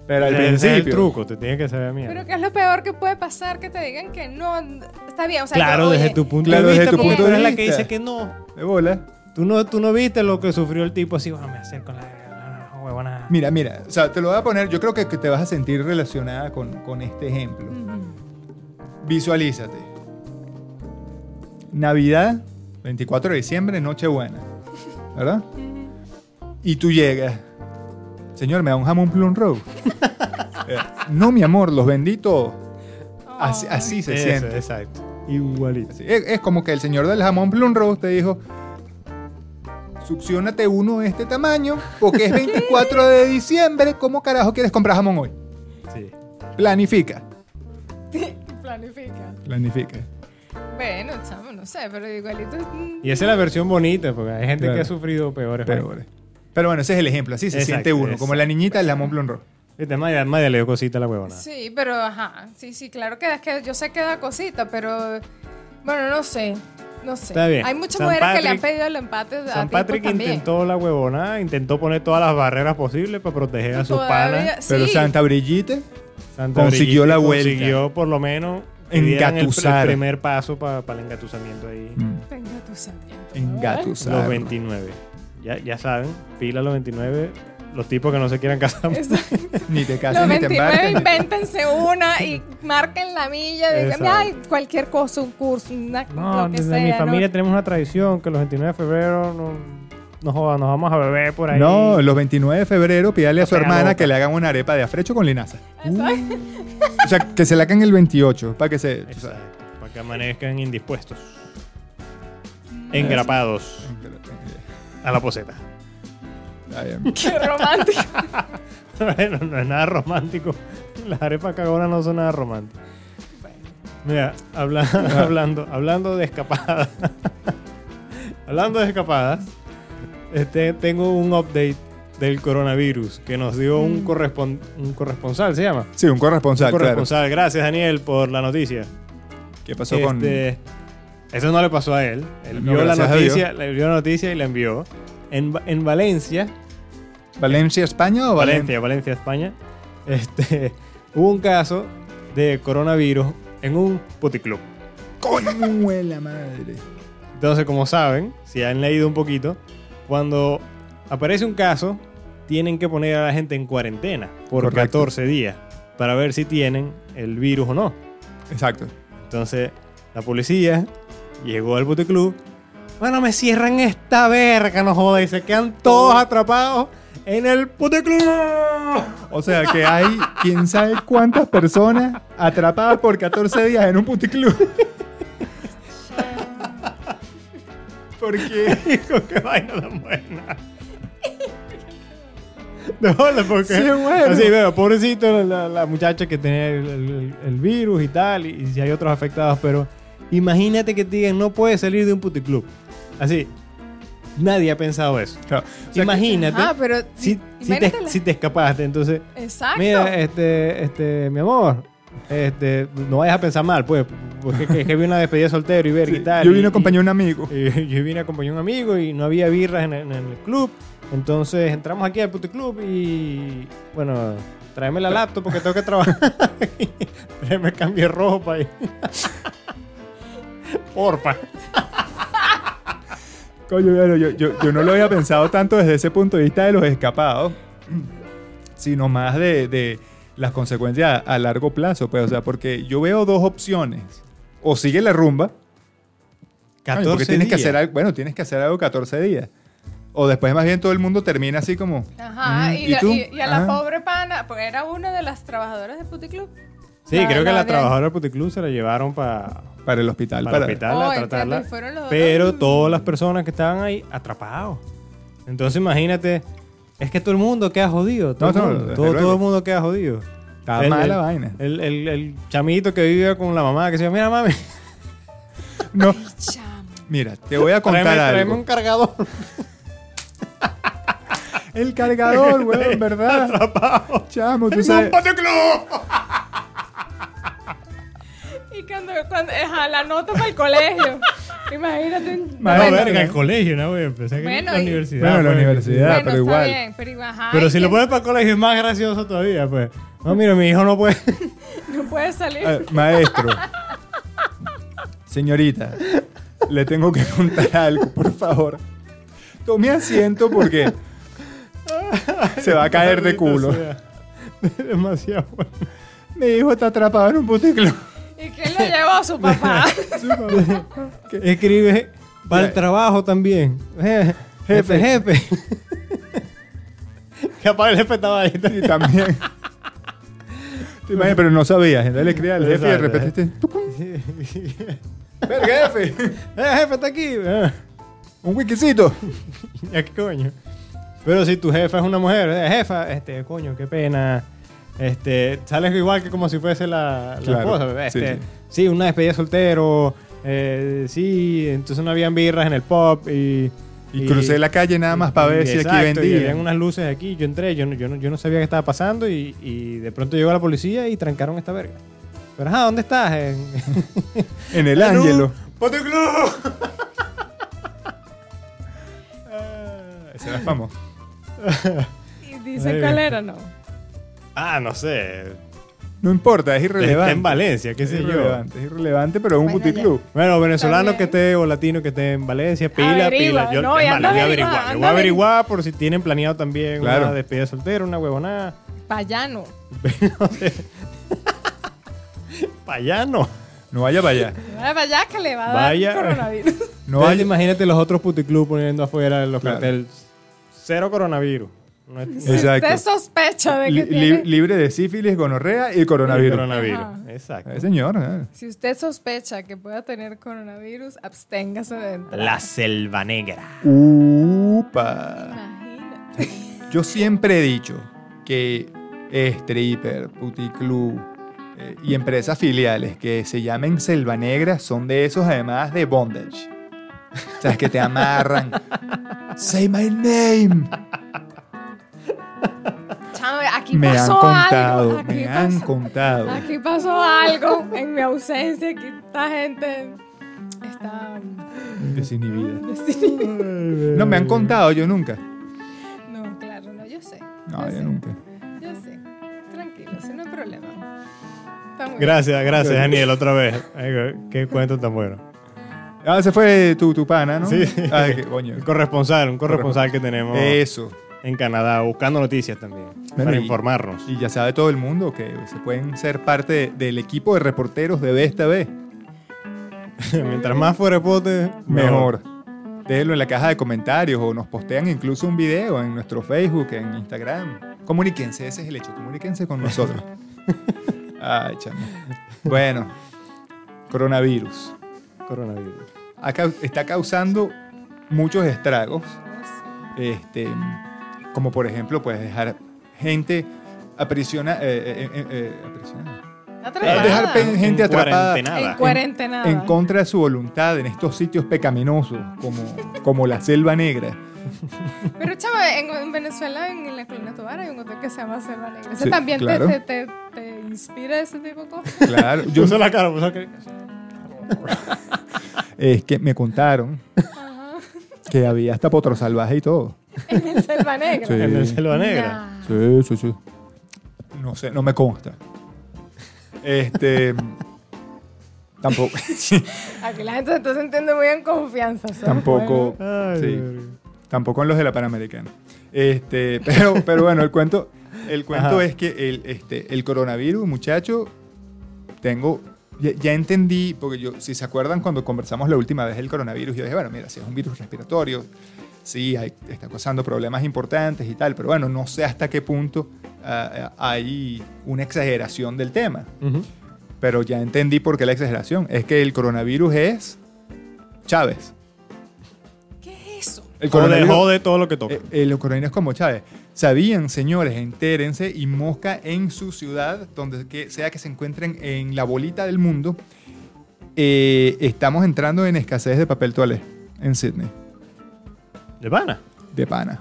Speaker 2: Pero al
Speaker 3: Ese es el
Speaker 2: principio.
Speaker 3: truco, te tiene que saber mierda.
Speaker 1: Pero que es lo peor que puede pasar que te digan que no, está bien, o sea,
Speaker 3: claro,
Speaker 1: yo,
Speaker 3: desde
Speaker 1: oye,
Speaker 3: tu punto
Speaker 2: Claro,
Speaker 3: de
Speaker 2: desde
Speaker 3: vista,
Speaker 2: tu
Speaker 3: porque
Speaker 2: punto de
Speaker 3: tú eres la que
Speaker 2: vista.
Speaker 3: dice que no.
Speaker 2: De bola.
Speaker 3: Tú no, tú no viste lo que sufrió el tipo así, bueno, me acerco a la la huevona.
Speaker 2: Mira, mira, o sea, te lo voy a poner, yo creo que, que te vas a sentir relacionada con, con este ejemplo.
Speaker 1: Ujú.
Speaker 2: Visualízate. Navidad, 24 de diciembre, Nochebuena, ¿verdad? Y tú llegas. Señor, ¿me da un jamón plum roll? Eh, no, mi amor, los benditos. Así,
Speaker 1: Ay.
Speaker 2: así se
Speaker 3: Eso,
Speaker 2: siente.
Speaker 3: Exacto. Igualito.
Speaker 2: Así. Es, es como que el señor del jamón plum roll te dijo, succionate uno de este tamaño, porque es 24 de diciembre, ¿cómo carajo quieres comprar jamón hoy?
Speaker 3: Sí.
Speaker 2: Planifica.
Speaker 1: Oh, Planifica.
Speaker 2: Planifica.
Speaker 1: Bueno, chamo, no sé, pero igualito... mm,
Speaker 3: Y esa es la versión bonita, porque hay gente
Speaker 2: Claro.
Speaker 3: que ha sufrido peores.
Speaker 2: Pero, pero bueno, ese es el ejemplo. Así se
Speaker 3: Exacto,
Speaker 2: siente uno,
Speaker 3: exacto.
Speaker 2: como la niñita del jamón plum roll.
Speaker 3: Viste, Maya, Maya le dio cosita a la huevona.
Speaker 1: Sí, pero ajá. Sí, sí, claro que es que yo sé que da cosita, pero bueno, no sé. No sé.
Speaker 3: Está bien.
Speaker 1: Hay muchas
Speaker 3: San
Speaker 1: mujeres que le han
Speaker 3: Patrick-
Speaker 1: pedido el empate a
Speaker 3: San
Speaker 1: tipos
Speaker 3: Patrick
Speaker 1: también.
Speaker 3: intentó la huevona, intentó poner todas las barreras posibles para proteger a sus
Speaker 1: Todavía-
Speaker 3: panas.
Speaker 2: Pero
Speaker 1: sí.
Speaker 2: Santa Brillita,
Speaker 3: Santa
Speaker 2: Consiguió
Speaker 3: Brigida
Speaker 2: la vuelta.
Speaker 3: Consiguió por lo menos que dieran el- El,
Speaker 2: Engatusar.
Speaker 3: primer paso para el engatusamiento ahí.
Speaker 2: mm,
Speaker 1: Venga tu sangriento, ¿no?
Speaker 2: engatusado.
Speaker 3: Los 29. Ya, ya saben, pila los 29. Los tipos que no se quieran casar.
Speaker 1: Exacto.
Speaker 2: Ni te casas
Speaker 1: Los
Speaker 2: ni te
Speaker 1: 29
Speaker 2: embarcas.
Speaker 1: invéntense una y marquen la milla. Díganme,
Speaker 3: Exacto.
Speaker 1: ay, cualquier cosa, un curso, una,
Speaker 3: No,
Speaker 1: lo que
Speaker 3: desde
Speaker 1: sea.
Speaker 3: mi
Speaker 1: ¿no?
Speaker 3: familia tenemos una tradición que los 29 de febrero no, no joda, nos vamos a beber por ahí.
Speaker 2: No, los 29 de febrero pídale a su
Speaker 3: Pega
Speaker 2: hermana
Speaker 3: boca.
Speaker 2: que le hagan una arepa de afrecho con linaza. Uh.
Speaker 1: Exacto.
Speaker 2: O sea, que se la hagan el 28 para que se... tú sabes.
Speaker 3: Exacto, para que amanezcan indispuestos.
Speaker 1: Mm.
Speaker 3: Engrapados a la poseta.
Speaker 2: Está bien.
Speaker 1: Qué romántico.
Speaker 3: bueno, no es nada romántico. Las arepas cagonas no son nada románticas. Mira, habla- hablando, hablando de escapadas. hablando de escapadas. Este, tengo un update del coronavirus que nos dio un, correspon- un corresponsal, se llama.
Speaker 2: Sí, un
Speaker 3: Un
Speaker 2: corresponsal, Mm. Ah, claro.
Speaker 3: corresponsal. Gracias, Daniel, por la noticia.
Speaker 2: ¿Qué pasó con...?
Speaker 3: Este, Eso no le pasó a él. Él
Speaker 2: No,
Speaker 3: vio la
Speaker 2: gracias a
Speaker 3: noticia, le vio la noticia y la envió. En, Va- en Valencia,
Speaker 2: ¿Valencia, España o Valencia?
Speaker 3: Valencia, Valencia, España, este, hubo un caso de coronavirus en un puticlub.
Speaker 2: ¡Coño de la madre!
Speaker 3: Entonces, como saben, si han leído un poquito, cuando aparece un caso, tienen que poner a la gente en cuarentena por
Speaker 2: Correcto.
Speaker 3: 14 días para ver si tienen el virus o no.
Speaker 2: Exacto.
Speaker 3: Entonces, la policía Llegó al Boticlub. Bueno, me cierran esta verga, no joda. Y se quedan todos atrapados en el Boticlub.
Speaker 2: O sea que hay quién sabe cuántas personas atrapadas por 14 días en un puticlub. Porque
Speaker 3: Dijo que vaina tan buena. De bola, porque.
Speaker 2: Sí, bueno.
Speaker 3: Así, veo, pobrecito la, la muchacha que tenía el, el- el virus y tal, y, si hay otros afectados, pero imagínate que te digan, no puedes salir de un puticlub. Así, nadie ha pensado eso.
Speaker 2: Claro. O sea,
Speaker 3: imagínate
Speaker 1: Ah, pero.
Speaker 3: si, si te,
Speaker 1: imagínate la-
Speaker 3: si te escapaste, entonces.
Speaker 1: Exacto.
Speaker 3: Mira, este, este, mi amor. Este, no vayas a pensar mal, pues, porque que, que vi una despedida de soltero y ver
Speaker 2: sí,
Speaker 3: y tal.
Speaker 2: yo
Speaker 3: y-
Speaker 2: vine a
Speaker 3: y-
Speaker 2: acompañar a un amigo.
Speaker 3: y Eh, yo vine a acompañar a un amigo y no había birras en, el- en el club. Entonces entramos aquí al puto club y. Bueno, tráeme la laptop porque tengo que trabajar. tráeme el cambio de ropa ahí. Porfa.
Speaker 2: Coño, bueno, yo, yo- yo no lo había pensado tanto desde ese punto de vista de los escapados, sino más de, de las consecuencias a, a largo plazo. Pues, o sea, porque yo veo dos opciones. O sigue la rumba, Ay, porque tienes que hacer algo, bueno, tienes que hacer algo 14 días. O después más bien todo el mundo termina así como,
Speaker 1: Ajá,
Speaker 2: Mm,
Speaker 1: y,
Speaker 2: ¿y
Speaker 1: la-
Speaker 2: tú?
Speaker 1: y- y a la
Speaker 2: Ajá.
Speaker 1: pobre pana, porque era una de las trabajadoras de Puticlub.
Speaker 3: Sí,
Speaker 1: La-
Speaker 3: creo que
Speaker 1: la
Speaker 3: la
Speaker 1: de-
Speaker 3: trabajadora del puticlub se la llevaron para.
Speaker 2: para el hospital.
Speaker 3: para,
Speaker 2: para-
Speaker 3: hospitarla,
Speaker 1: Oh,
Speaker 3: a
Speaker 1: entonces
Speaker 3: tratarla.
Speaker 1: fueron los dos. Mm.
Speaker 3: Pero todas las personas que estaban ahí atrapados. Entonces imagínate, es que todo el mundo queda jodido. Todo,
Speaker 2: No, no,
Speaker 3: el, mundo,
Speaker 2: desde
Speaker 3: todo, todo
Speaker 2: luego.
Speaker 3: el mundo queda jodido.
Speaker 2: Está mala la vaina.
Speaker 3: El, el- el chamito que vivía con la mamá que decía, mira mami,
Speaker 2: No,
Speaker 1: Chamo.
Speaker 2: mira, te voy a
Speaker 3: tráeme,
Speaker 2: contar
Speaker 3: tráeme
Speaker 2: algo.
Speaker 3: un cargador.
Speaker 2: El cargador, weón, ¿verdad? Chamo, tú sabes.
Speaker 3: pues,
Speaker 1: Y cuando, cuando ajá, la nota para el colegio. Imagínate. un-
Speaker 2: Madre
Speaker 1: bueno,
Speaker 2: verga, el
Speaker 3: colegio, ¿no? Pues, Pensé
Speaker 1: que Bueno, la y- universidad,
Speaker 2: Bueno, la universidad.
Speaker 1: bueno,
Speaker 2: pero
Speaker 1: está
Speaker 2: igual.
Speaker 1: bien, pero igual, ajá,
Speaker 3: pues. Pero
Speaker 1: y
Speaker 3: si
Speaker 1: que
Speaker 3: lo pones para el colegio es más gracioso todavía, pues. No, mira, mi hijo no puede.
Speaker 1: No puedes salir.
Speaker 2: Ah, Maestro. Señorita, le tengo que contar algo, por favor. Tome asiento porque se va a caer de culo.
Speaker 3: Demasiado bueno.
Speaker 2: Mi hijo está atrapado en un puticlub.
Speaker 1: ¿Y quién lo llevó a su papá?
Speaker 3: Escribe para el
Speaker 2: Ya.
Speaker 3: trabajo también. Eh, Jefe, jefe. Capaz el jefe estaba ahí.
Speaker 2: Y también. Te imaginas, pero no sabías. Entonces le cría al jefe y de
Speaker 3: Exacto.
Speaker 2: repente. este, tucum.
Speaker 3: eh,
Speaker 2: ¡Verga, jefe! Ah.
Speaker 3: jefe, está aquí. Eh,
Speaker 2: ¡Un wikisito!
Speaker 3: ¿Ya qué coño? Pero si tu jefa es una mujer, eh, jefa, este, coño, qué pena. Este, sales igual que como si fuese la, la
Speaker 2: Claro,
Speaker 3: esposa.
Speaker 2: sí,
Speaker 3: Este, sí,
Speaker 2: sí.
Speaker 3: una despedida de soltero. eh, sí, entonces no habían birras en el pop y...
Speaker 2: Y crucé la calle nada más para ver si aquí
Speaker 3: Exacto, y habían
Speaker 2: vendían.
Speaker 3: unas luces aquí, yo entré, yo no, yo no, yo no sabía qué estaba pasando y, y de pronto llegó la policía y trancaron esta verga. Pero ajá, ¿dónde estás? eh?
Speaker 2: En
Speaker 3: En,
Speaker 2: el Ángelo.
Speaker 3: Club!
Speaker 2: Ese era famoso.
Speaker 1: Y dicen
Speaker 3: Ay,
Speaker 1: cuál
Speaker 3: bien.
Speaker 1: era, no.
Speaker 3: Ah, no sé.
Speaker 2: No importa, es
Speaker 3: Está en
Speaker 2: irrelevante.
Speaker 3: Valencia, qué
Speaker 2: Es
Speaker 3: sé yo.
Speaker 2: irrelevante, es irrelevante, pero es un
Speaker 1: Bueno,
Speaker 2: puticlub.
Speaker 3: Bueno, venezolano
Speaker 1: Está bien.
Speaker 3: que esté o latino que esté en Valencia, pila,
Speaker 1: Averigua,
Speaker 3: pila. Yo
Speaker 1: no,
Speaker 3: es
Speaker 1: y
Speaker 3: más,
Speaker 1: anda
Speaker 3: le voy a
Speaker 1: averigua,
Speaker 3: averiguar. Le voy
Speaker 1: anda
Speaker 3: a
Speaker 1: averigua.
Speaker 3: averiguar por si tienen planeado también
Speaker 2: Claro.
Speaker 3: una despedida soltera, una huevonada.
Speaker 1: Payano.
Speaker 3: Para allá no.
Speaker 2: No vaya para allá.
Speaker 1: Vaya para allá que le va a dar
Speaker 3: Vaya.
Speaker 1: coronavirus.
Speaker 2: No
Speaker 3: Entonces,
Speaker 2: vaya.
Speaker 3: imagínate los otros puticlub poniendo afuera los
Speaker 2: Claro.
Speaker 3: carteles. Cero coronavirus. No es- no es
Speaker 2: Exacto.
Speaker 1: Usted sospecha de que
Speaker 2: Li-
Speaker 1: tiene...
Speaker 2: li- libre de sífilis, gonorrea y coronavirus.
Speaker 3: coronavirus.
Speaker 1: Ajá.
Speaker 3: Exacto.
Speaker 2: Eh, señor, eh.
Speaker 1: Si usted sospecha que pueda tener coronavirus, absténgase de entrar.
Speaker 3: selva negra.
Speaker 2: Upa.
Speaker 1: Imagínate.
Speaker 2: Yo siempre he dicho que stripper, puticlub eh, y empresas filiales que se llamen Selva Negra son de esos además de bondage. O sea, es que te amarran. Say my name.
Speaker 1: Chamo, aquí
Speaker 2: Me han
Speaker 1: pasó algo.
Speaker 2: contado,
Speaker 1: Aquí
Speaker 2: me
Speaker 1: pasó,
Speaker 2: han contado.
Speaker 1: aquí pasó algo en mi ausencia. Aquí esta gente está um,
Speaker 2: Desinhibida.
Speaker 1: desinhibida.
Speaker 2: No, me han contado, yo nunca.
Speaker 1: No, claro, no, yo sé.
Speaker 2: No,
Speaker 1: yo,
Speaker 2: yo
Speaker 1: sé
Speaker 2: nunca.
Speaker 1: yo sé. Tranquilo, si no hay problema. Está muy
Speaker 3: Gracias, gracias, Daniel, otra vez. Ay, güey, Qué cuento tan bueno.
Speaker 2: Ah, se fue tu, tu pana, ¿no?
Speaker 3: Sí.
Speaker 2: Ay, qué coño.
Speaker 3: Un corresponsal, un corresponsal que tenemos
Speaker 2: Eso.
Speaker 3: en Canadá, buscando noticias también. para
Speaker 2: y-
Speaker 3: informarnos.
Speaker 2: Y ya sabe todo el mundo que se pueden ser parte de- del equipo de reporteros de B esta B.
Speaker 3: Mientras más fuera de pote,
Speaker 2: mejor. Déjenlo en la caja de comentarios o nos postean incluso un video en nuestro Facebook, en Instagram. Comuníquense, ese es el hecho, comuníquense con nosotros. Ay, chamo. Bueno, coronavirus.
Speaker 3: Coronavirus.
Speaker 2: Ha cau- está causando muchos estragos, este, como por ejemplo, pues dejar gente aprisiona, eh, eh, eh, eh, aprisionada.
Speaker 1: Atrapada.
Speaker 2: Dejar pe- gente
Speaker 3: En
Speaker 2: atrapada
Speaker 3: cuarentenada.
Speaker 1: En cuarentena.
Speaker 2: en contra de su voluntad en estos sitios pecaminosos como, como la Selva Negra.
Speaker 1: Pero chava, en, en Venezuela, en la Colonia Tobar, hay un hotel que se llama Selva Negra. Ese
Speaker 2: Sí,
Speaker 1: también te-
Speaker 2: claro.
Speaker 1: te, te, te inspira ese tipo de cosas.
Speaker 2: Claro,
Speaker 3: Yo
Speaker 2: yo
Speaker 3: uso la cara, pues, puso que.
Speaker 2: es que me contaron
Speaker 1: Ajá.
Speaker 2: que había hasta potro salvaje y todo.
Speaker 1: En el Selva Negra.
Speaker 2: Sí.
Speaker 3: En el selva negra.
Speaker 1: Nah.
Speaker 2: Sí, sí, sí. No sé, no me consta. Este tampoco
Speaker 1: Aquí la gente se está sintiendo muy en confianza. ¿sabes?
Speaker 2: tampoco
Speaker 3: Ay,
Speaker 2: Sí.
Speaker 3: verga.
Speaker 2: Tampoco en los de la Panamericana. Este, pero, pero bueno, el cuento, el cuento
Speaker 3: Ajá.
Speaker 2: es que el, este, el coronavirus, muchacho, tengo. Ya, ya entendí, porque yo, si se acuerdan, cuando conversamos la última vez del coronavirus, yo dije, bueno, mira, si es un virus respiratorio, sí, hay- está causando problemas importantes y tal, pero bueno, no sé hasta qué punto ah, ah, hay una exageración del tema.
Speaker 3: Ujú.
Speaker 2: Pero ya entendí por qué la exageración. Es que el coronavirus es Chávez.
Speaker 1: ¿Qué es eso?
Speaker 2: El
Speaker 3: Jode,
Speaker 2: coronavirus-
Speaker 3: jode todo lo que toca.
Speaker 2: eh, eh, los coroneros como Chávez. Sabían, señores, entérense y mosca en su ciudad, donde que sea que se encuentren en la bolita del mundo. eh, estamos entrando en escasez de papel toalé en Sydney,
Speaker 3: De pana.
Speaker 2: de pana.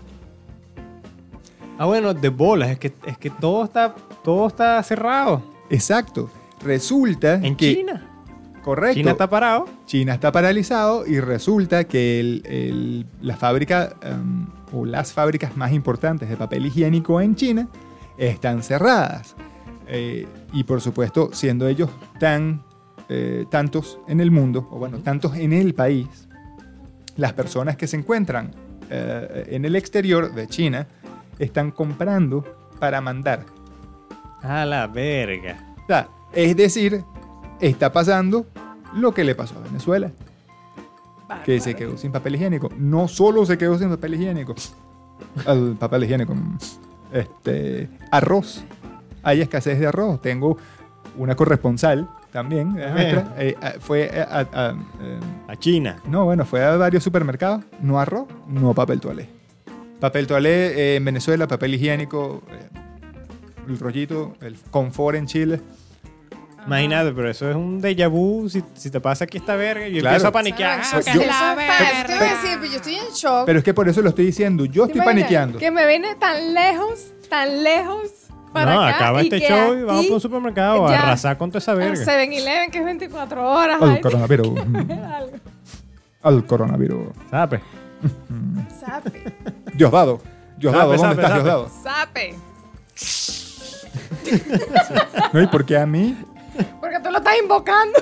Speaker 3: Ah, bueno, de bolas. Es que, es que todo, está, todo está cerrado.
Speaker 2: Exacto. Resulta
Speaker 3: En
Speaker 2: que.
Speaker 3: China.
Speaker 2: Correcto.
Speaker 3: China está parado.
Speaker 2: China está paralizado y resulta que el- el- la fábrica em, o las fábricas más importantes de papel higiénico en China están cerradas. Eh, y por supuesto, siendo ellos tan eh, tantos en el mundo, o bueno, tantos en el país, las personas que se encuentran eh, en el exterior de China están comprando para mandar.
Speaker 3: A la verga.
Speaker 2: O sea, es decir, está pasando lo que le pasó a Venezuela que se quedó sin papel higiénico. No solo se quedó sin papel higiénico, el papel higiénico, mm, este, arroz. Hay escasez de arroz. Tengo una corresponsal
Speaker 1: Ah,
Speaker 2: también, eh, nuestra, eh, a- fue a, a- a, eh,
Speaker 3: A China.
Speaker 2: no, bueno, fue a varios supermercados, no arroz, no papel toalé. Papel toalé eh, en Venezuela, papel higiénico, eh, el rollito, el confort en Chile.
Speaker 3: Imagínate, pero eso es un déjà vu. Si, si te pasa aquí esta verga, yo
Speaker 2: Claro.
Speaker 3: empiezo a paniquear.
Speaker 1: Exacto.
Speaker 3: Ah,
Speaker 1: Eso
Speaker 2: Yo- yo-
Speaker 1: es falso. Te iba a
Speaker 4: verga.
Speaker 1: decir, pero yo estoy en shock.
Speaker 2: Pero es que por eso lo estoy diciendo, yo
Speaker 1: Oh. ¿Te
Speaker 2: estoy
Speaker 1: imaginas
Speaker 2: paniqueando.
Speaker 1: Que me viene tan lejos, tan lejos para
Speaker 3: no,
Speaker 1: acá.
Speaker 3: acaba
Speaker 1: y
Speaker 3: este
Speaker 1: que
Speaker 3: show
Speaker 1: a
Speaker 3: y vamos
Speaker 1: ti,
Speaker 3: por un supermercado a
Speaker 1: ya.
Speaker 3: arrasar con toda esa
Speaker 1: al
Speaker 3: verga.
Speaker 1: 7-Eleven, que es 24 horas.
Speaker 2: Al
Speaker 1: ay,
Speaker 2: coronavirus. mm,
Speaker 1: algo.
Speaker 2: Al coronavirus.
Speaker 3: ¿Sabes?
Speaker 1: Sape,
Speaker 2: Diosdado. Diosdado,
Speaker 3: Sape,
Speaker 2: ¿dónde
Speaker 3: sape,
Speaker 2: estás,
Speaker 3: sape.
Speaker 2: Diosdado?
Speaker 1: sape.
Speaker 2: No, ¿y por qué a mí?
Speaker 1: Porque tú lo estás invocando.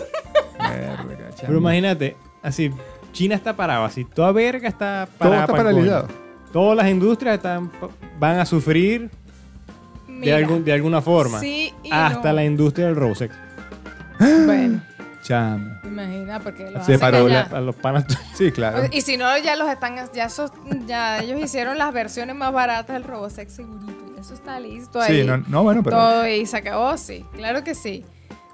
Speaker 2: Verga, chamo.
Speaker 3: Pero imagínate, así, China está parado, así, toda verga está parada.
Speaker 2: Todo está
Speaker 3: pa'l coño.
Speaker 2: paralizado.
Speaker 3: Todas las industrias están, pa- van a sufrir de,
Speaker 1: Mira,
Speaker 3: algún, de alguna forma.
Speaker 1: Sí y
Speaker 3: hasta
Speaker 1: no.
Speaker 3: la industria del Rosex.
Speaker 1: Bueno,
Speaker 2: Chamo.
Speaker 1: imagina, porque lo
Speaker 2: Se
Speaker 1: hacen
Speaker 2: paró
Speaker 1: allá.
Speaker 3: A los panas.
Speaker 2: Sí, claro.
Speaker 1: Y si no, ya los están, ya, esos- ya ellos hicieron las versiones más baratas del Robosex segurito. Eso está listo ahí.
Speaker 2: Sí, no, no, bueno, pero.
Speaker 1: Todo y se acabó, sí, claro que sí.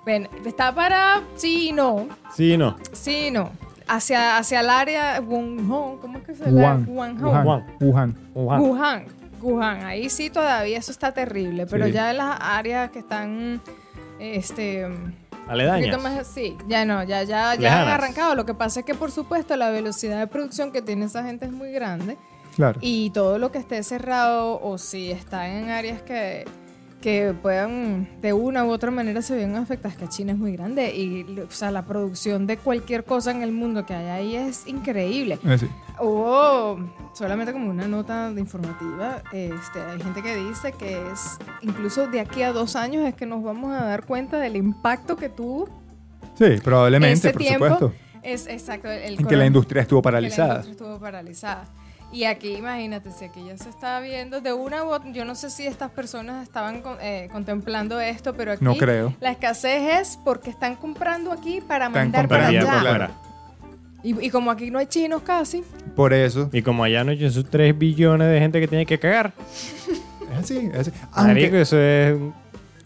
Speaker 1: Ven, está para sí y no,
Speaker 3: Sí, no.
Speaker 1: sí y no. Hacia, hacia el área Wuhan, ¿cómo es que se llama? Wuhan.
Speaker 2: Wuhan. Wuhan. Wuhan.
Speaker 3: Ojalá.
Speaker 1: Wuhan. Wuhan. Ahí sí todavía eso está terrible, pero
Speaker 2: Sí.
Speaker 1: ya en las áreas que están, este, un
Speaker 3: Aledañas.
Speaker 1: poquito más así. Ya no, ya, ya, ya han
Speaker 3: Lejanas.
Speaker 1: arrancado. Lo que pasa es que, por supuesto, la velocidad de producción que tiene esa gente es muy grande.
Speaker 2: Claro.
Speaker 1: Y todo lo que esté cerrado o si está en áreas que, que puedan de una u otra manera se vean afectadas, que China es muy grande y o sea, la producción de cualquier cosa en el mundo que hay ahí es increíble.
Speaker 2: Eh, sí.
Speaker 1: Hubo solamente como una nota de informativa, este, hay gente que dice que es incluso de aquí a dos años es que nos vamos a dar cuenta del impacto que tuvo
Speaker 2: Sí, probablemente,
Speaker 1: ese
Speaker 2: por
Speaker 1: tiempo.
Speaker 2: supuesto.
Speaker 1: Es exacto el, el
Speaker 2: En que la
Speaker 1: corona-
Speaker 2: industria estuvo
Speaker 1: que la
Speaker 2: paralizada.
Speaker 1: industria estuvo paralizada. Y aquí, imagínate, si aquí ya se está viendo de una u otra, yo no sé si estas personas estaban con- eh, contemplando esto, pero aquí
Speaker 2: No creo.
Speaker 1: la escasez es porque están comprando aquí para
Speaker 2: Están
Speaker 1: mandar para
Speaker 2: comprando,
Speaker 1: allá.
Speaker 3: Enviar para
Speaker 2: claro.
Speaker 3: afuera.
Speaker 1: Y, y como aquí no hay chinos casi,
Speaker 2: Por eso.
Speaker 3: Y como allá no hay esos 3 billones de gente que tiene que cagar.
Speaker 2: Es así, es así.
Speaker 3: Marico,
Speaker 2: Aunque,
Speaker 3: eso es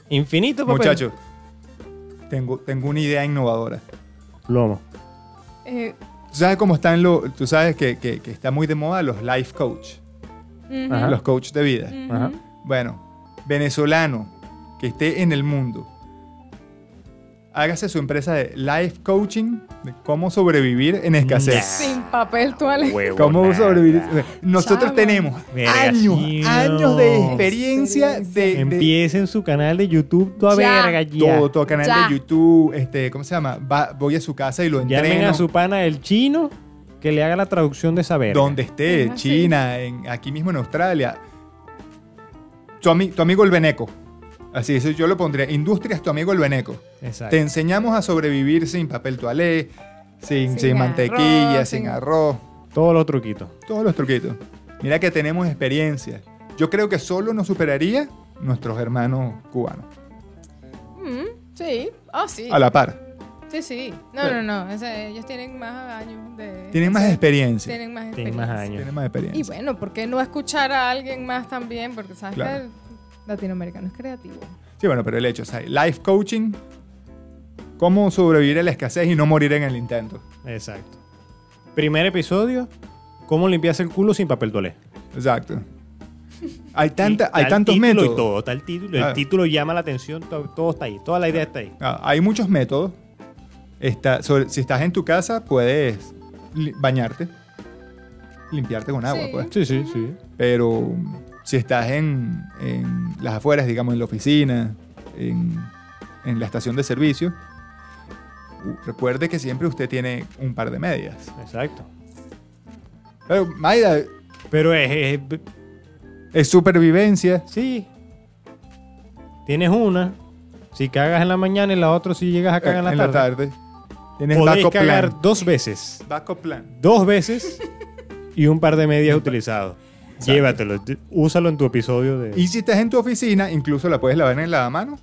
Speaker 3: infinito, papel.
Speaker 2: muchachos, tengo, tengo una idea innovadora.
Speaker 3: Lomo.
Speaker 1: eh,
Speaker 2: Tú sabes cómo están los. Tú sabes que, que- que está muy de moda los life coach,
Speaker 1: ujú,
Speaker 3: Ajá.
Speaker 2: los coach de vida.
Speaker 1: ujú.
Speaker 3: Ajá.
Speaker 2: Bueno, venezolano que esté en el mundo, hágase su empresa de life coaching, de cómo sobrevivir en escasez.
Speaker 1: sin papel toalé.
Speaker 2: ¿Cómo sobrevivir? Nosotros
Speaker 1: Chamo.
Speaker 2: tenemos
Speaker 3: Verga,
Speaker 2: años,
Speaker 3: sí,
Speaker 2: años
Speaker 3: no.
Speaker 2: de experiencia de, de
Speaker 3: Empiecen su canal de YouTube toda
Speaker 1: Ya.
Speaker 3: verga ya.
Speaker 2: todo, todo canal
Speaker 1: Ya.
Speaker 2: de YouTube, este, ¿cómo se llama? Va- voy a su casa y lo
Speaker 3: Llamen
Speaker 2: entreno.
Speaker 3: a su pana el chino que le haga la traducción de saber.
Speaker 2: donde esté,
Speaker 1: Es así.
Speaker 2: China, en, aquí mismo en Australia. Tu, ami- tu amigo el Beneco. Así, eso yo lo pondría. Industrias, tu amigo el Beneco.
Speaker 3: Exacto.
Speaker 2: Te enseñamos a sobrevivir sin papel toalé, sin,
Speaker 1: Sin
Speaker 2: sin mantequilla,
Speaker 1: arroz,
Speaker 2: sin
Speaker 1: sin-
Speaker 2: arroz.
Speaker 3: Todos los truquitos.
Speaker 2: Todos los truquitos. Mira que tenemos experiencia. Yo creo que solo nos superaría nuestros hermanos cubanos.
Speaker 1: Mm, sí, ah, sí.
Speaker 2: A la par.
Speaker 1: Sí, sí. No, no, no. o sea, ellos tienen más años de.
Speaker 2: Tienen más
Speaker 1: sí,
Speaker 2: experiencia.
Speaker 1: Tienen más
Speaker 3: Tienen más
Speaker 1: experiencia.
Speaker 3: años.
Speaker 2: Tienen más
Speaker 1: Y
Speaker 2: experiencia.
Speaker 1: bueno, ¿por qué no escuchar a alguien más también? Porque sabes
Speaker 2: Claro.
Speaker 1: que el latinoamericano es creativo.
Speaker 2: Sí, bueno, pero el hecho, o sea, life coaching, cómo sobrevivir a la escasez y no morir en el intento.
Speaker 3: Exacto. Primer episodio, cómo limpiarse el culo sin papel toalé.
Speaker 2: Exacto. Hay, tanta,
Speaker 3: Está
Speaker 2: hay
Speaker 3: el
Speaker 2: tantos
Speaker 3: título
Speaker 2: métodos.
Speaker 3: Y todo, está el título, el
Speaker 2: Ah.
Speaker 3: título llama la atención, to- todo, está ahí, toda la idea está ahí.
Speaker 2: Ah, hay muchos métodos. Está, sobre- si estás en tu casa, puedes li- bañarte, limpiarte con agua,
Speaker 1: Sí.
Speaker 2: pues.
Speaker 3: Sí, sí, sí.
Speaker 2: Pero um, si estás en, en las afueras, digamos, en la oficina, en, en la estación de servicio, u- recuerde que siempre usted tiene un par de medias.
Speaker 3: Exacto.
Speaker 2: Pero, Maida,
Speaker 3: Pero es, es-
Speaker 2: es supervivencia.
Speaker 3: sí. Tienes una, si cagas en la mañana y la otra si llegas a cagar en la tarde.
Speaker 2: Tienes
Speaker 3: Podéis
Speaker 2: backup
Speaker 3: cagar
Speaker 2: plan.
Speaker 3: dos veces,
Speaker 2: Backup plan.
Speaker 3: dos veces y un par de medias utilizados. Llévatelo, d- úsalo en tu episodio de
Speaker 2: Y si estás en tu oficina, incluso la puedes lavar en el lavamanos.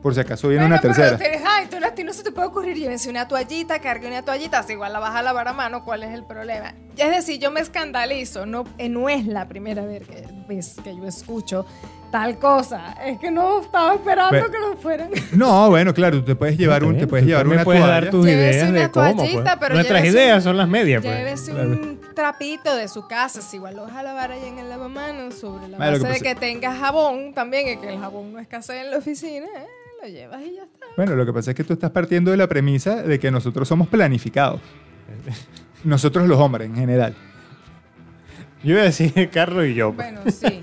Speaker 2: Por si acaso viene
Speaker 1: Bueno,
Speaker 2: una
Speaker 1: pero
Speaker 2: tercera.
Speaker 1: ustedes, ay, tú las- no se te puede ocurrir. Llévense una toallita, cargue una toallita. Si igual la vas a lavar a mano, ¿cuál es el problema? Es decir, yo me escandalizo. No, eh, no es la primera vez que, vez que yo escucho tal cosa. Es que no estaba esperando
Speaker 2: Bueno.
Speaker 1: que lo fueran.
Speaker 2: No, bueno, claro, tú te puedes llevar, un, te puedes
Speaker 3: Tú
Speaker 2: llevar
Speaker 3: también
Speaker 2: una
Speaker 3: puedes
Speaker 2: toalla.
Speaker 3: dar tus
Speaker 1: Llévese
Speaker 3: ideas
Speaker 1: una
Speaker 3: de cómo. pues.
Speaker 1: toallita, pero
Speaker 3: Nuestras
Speaker 1: llévese-
Speaker 3: ideas son las medias. Pues.
Speaker 1: Llévese un trapito de su casa. Si igual lo vas a lavar allá en el lavamanos, sobre la
Speaker 2: Bueno, lo
Speaker 1: base de
Speaker 2: que
Speaker 1: que tengas jabón también, y que el jabón no escasee en la oficina, eh, lo llevas y ya está.
Speaker 2: Bueno, lo que pasa es que tú estás partiendo de la premisa de que nosotros somos planificados. Nosotros los hombres en general.
Speaker 3: Yo iba a decir Carlos y yo. pues.
Speaker 1: Bueno, sí.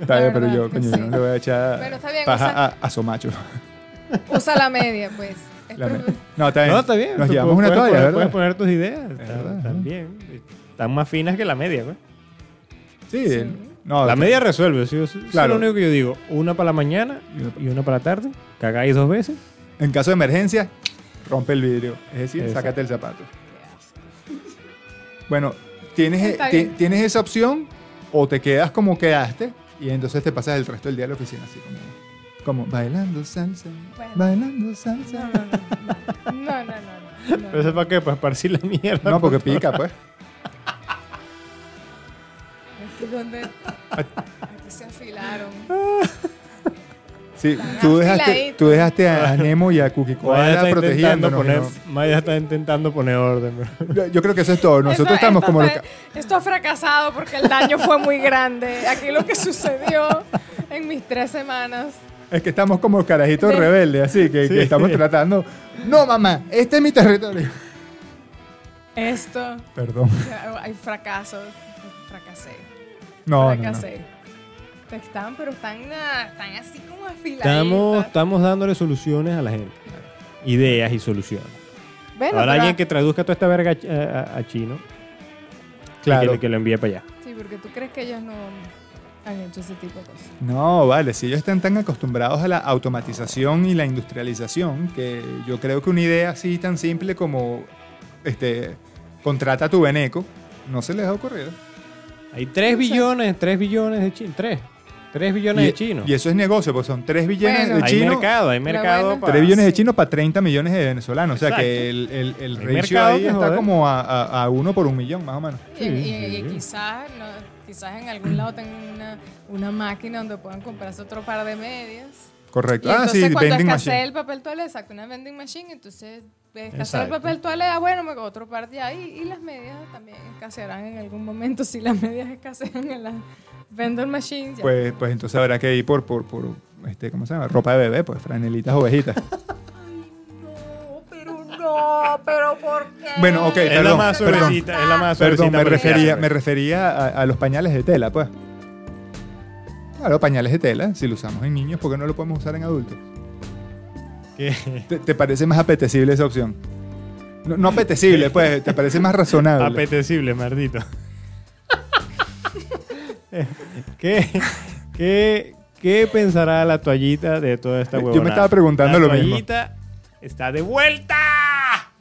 Speaker 2: Está bien, pero
Speaker 1: verdad
Speaker 2: yo,
Speaker 1: que
Speaker 2: coño,
Speaker 1: sí.
Speaker 2: yo no le voy a echar
Speaker 1: Pero está bien,
Speaker 2: paja
Speaker 1: o sea-
Speaker 2: a, a Somacho.
Speaker 1: Usa la media, pues. Es
Speaker 2: La
Speaker 1: profe-
Speaker 2: me- No, está bien.
Speaker 3: No, está bien.
Speaker 2: Nos
Speaker 3: tú
Speaker 2: llevamos
Speaker 3: puedes
Speaker 2: una toalla,
Speaker 3: poner-
Speaker 2: ¿verdad?
Speaker 3: Puedes poner tus ideas.
Speaker 2: Es verdad,
Speaker 3: Está-
Speaker 2: ajá.
Speaker 3: Están bien. Están más finas que la media, pues.
Speaker 2: Sí.
Speaker 1: Sí.
Speaker 2: No,
Speaker 3: La
Speaker 2: está-
Speaker 3: media resuelve. sí, sí, sí,
Speaker 2: Ah, Claro.
Speaker 3: lo único que yo digo. Una para la mañana
Speaker 2: Y una pa-
Speaker 3: y una para la tarde. Cagáis dos veces.
Speaker 2: En caso de emergencia, rompe el vidrio. Es decir,
Speaker 3: Exacto.
Speaker 2: sácate el zapato. Bueno, tienes,
Speaker 1: Está
Speaker 2: ti-
Speaker 1: bien.
Speaker 2: tienes esa opción o te quedas como quedaste y entonces te pasas el resto del día en la oficina así como, como bailando salsa,
Speaker 1: Bueno.
Speaker 2: bailando
Speaker 1: No,
Speaker 2: salsa.
Speaker 1: no, no, no, no, no, no, no,
Speaker 3: ¿Pero eso para qué? Para esparcir la mierda.
Speaker 2: No, porque pica, pues.
Speaker 1: Aquí es donde- aquí se afilaron.
Speaker 2: Sí, tú dejaste,
Speaker 1: afiladito.
Speaker 2: tú dejaste a Nemo y a Cookie
Speaker 3: Maya
Speaker 2: Koala
Speaker 3: está, intentando
Speaker 2: protegiéndonos.
Speaker 3: poner, Maya está intentando poner orden. bro.
Speaker 2: ¿no? Yo creo que eso es todo.
Speaker 1: Esto-
Speaker 2: Nosotros estamos
Speaker 1: esto
Speaker 2: como los
Speaker 1: fue-
Speaker 2: ca-
Speaker 1: Esto ha fracasado porque el daño fue muy grande. Aquí lo que sucedió en mis tres semanas.
Speaker 2: es que estamos como carajitos
Speaker 1: Sí.
Speaker 2: rebeldes, así que, que
Speaker 3: Sí.
Speaker 2: estamos tratando. No, mamá, este es mi territorio.
Speaker 1: Esto.
Speaker 2: Perdón.
Speaker 1: Hay fracaso. Fracasé.
Speaker 2: No, no, no.
Speaker 1: fracasé. Están, pero están, ah, están así como afiladitas.
Speaker 3: Estamos, estamos dándole soluciones a la gente. Ideas y soluciones.
Speaker 1: Bueno,
Speaker 3: Ahora
Speaker 1: pero-
Speaker 3: alguien que traduzca toda esta verga a chi- a, a- a chino. Y
Speaker 2: Claro.
Speaker 3: que, que lo envíe para allá.
Speaker 1: ah, Sí, porque tú crees que ellos no han hecho ese tipo de cosas.
Speaker 2: No, vale, si ellos están tan acostumbrados a la automatización y la industrialización, que yo creo que una idea así tan simple como este, contrata a tu beneco, no se les ha ocurrido.
Speaker 3: Hay 3 billones, 3 billones de chinos. 3. 3 billones de
Speaker 2: Y-
Speaker 3: chinos.
Speaker 2: Y eso es negocio, porque son 3 billones
Speaker 1: Bueno.
Speaker 2: de
Speaker 3: hay
Speaker 2: chinos.
Speaker 3: mercado, ah. hay mercado
Speaker 1: buena-
Speaker 3: para-
Speaker 2: 3 billones de
Speaker 1: sí.
Speaker 2: chinos para 30 millones de venezolanos. O sea que el, el, el
Speaker 3: Hay
Speaker 2: ratio
Speaker 3: mercado
Speaker 2: ahí
Speaker 3: que
Speaker 2: está
Speaker 3: joder.
Speaker 2: como a, a- a uno por un millón, más o menos.
Speaker 1: Y, y-
Speaker 3: sí,
Speaker 1: y
Speaker 3: sí.
Speaker 1: quizás, no, quizás en algún lado tengan una, una máquina donde puedan comprarse otro par de medias. Y
Speaker 2: Correcto. Ah,
Speaker 1: entonces
Speaker 2: sí,
Speaker 1: cuando
Speaker 2: vending
Speaker 1: escasee
Speaker 2: machine.
Speaker 1: el papel toalé, saca una vending machine, entonces pues, escasea el
Speaker 3: Exacto.
Speaker 1: papel toalé, ah, bueno, me hago otro par de ahí. Y las medias también escasearán en algún momento. Si las medias escasean en las vendor machines, ya.
Speaker 2: Pues, pues entonces habrá que ir por, por, por este, ¿cómo se llama? Ropa de bebé, pues franelitas, ovejitas.
Speaker 1: No, pero no, Oh, pero ¿por qué?
Speaker 2: Bueno, ok,
Speaker 3: Es la
Speaker 2: perdón,
Speaker 3: más
Speaker 2: perdón.
Speaker 3: suavecita, es la más
Speaker 2: Perdón,
Speaker 3: suavecita
Speaker 2: me
Speaker 3: para el
Speaker 2: refería,
Speaker 3: cáncer.
Speaker 2: me refería a, a los pañales de tela, pues. Claro, pañales de tela, si lo usamos en niños, ¿por qué no lo podemos usar en adultos?
Speaker 3: Que-
Speaker 2: ¿Te, te parece más apetecible esa opción? No, no apetecible, pues, te parece más razonable.
Speaker 3: Apetecible, maldito. ¿Qué, qué, qué pensará la toallita de toda esta
Speaker 2: Yo me
Speaker 3: huevonada?
Speaker 2: estaba preguntando
Speaker 3: La
Speaker 2: lo mismo.
Speaker 3: toallita está de vuelta.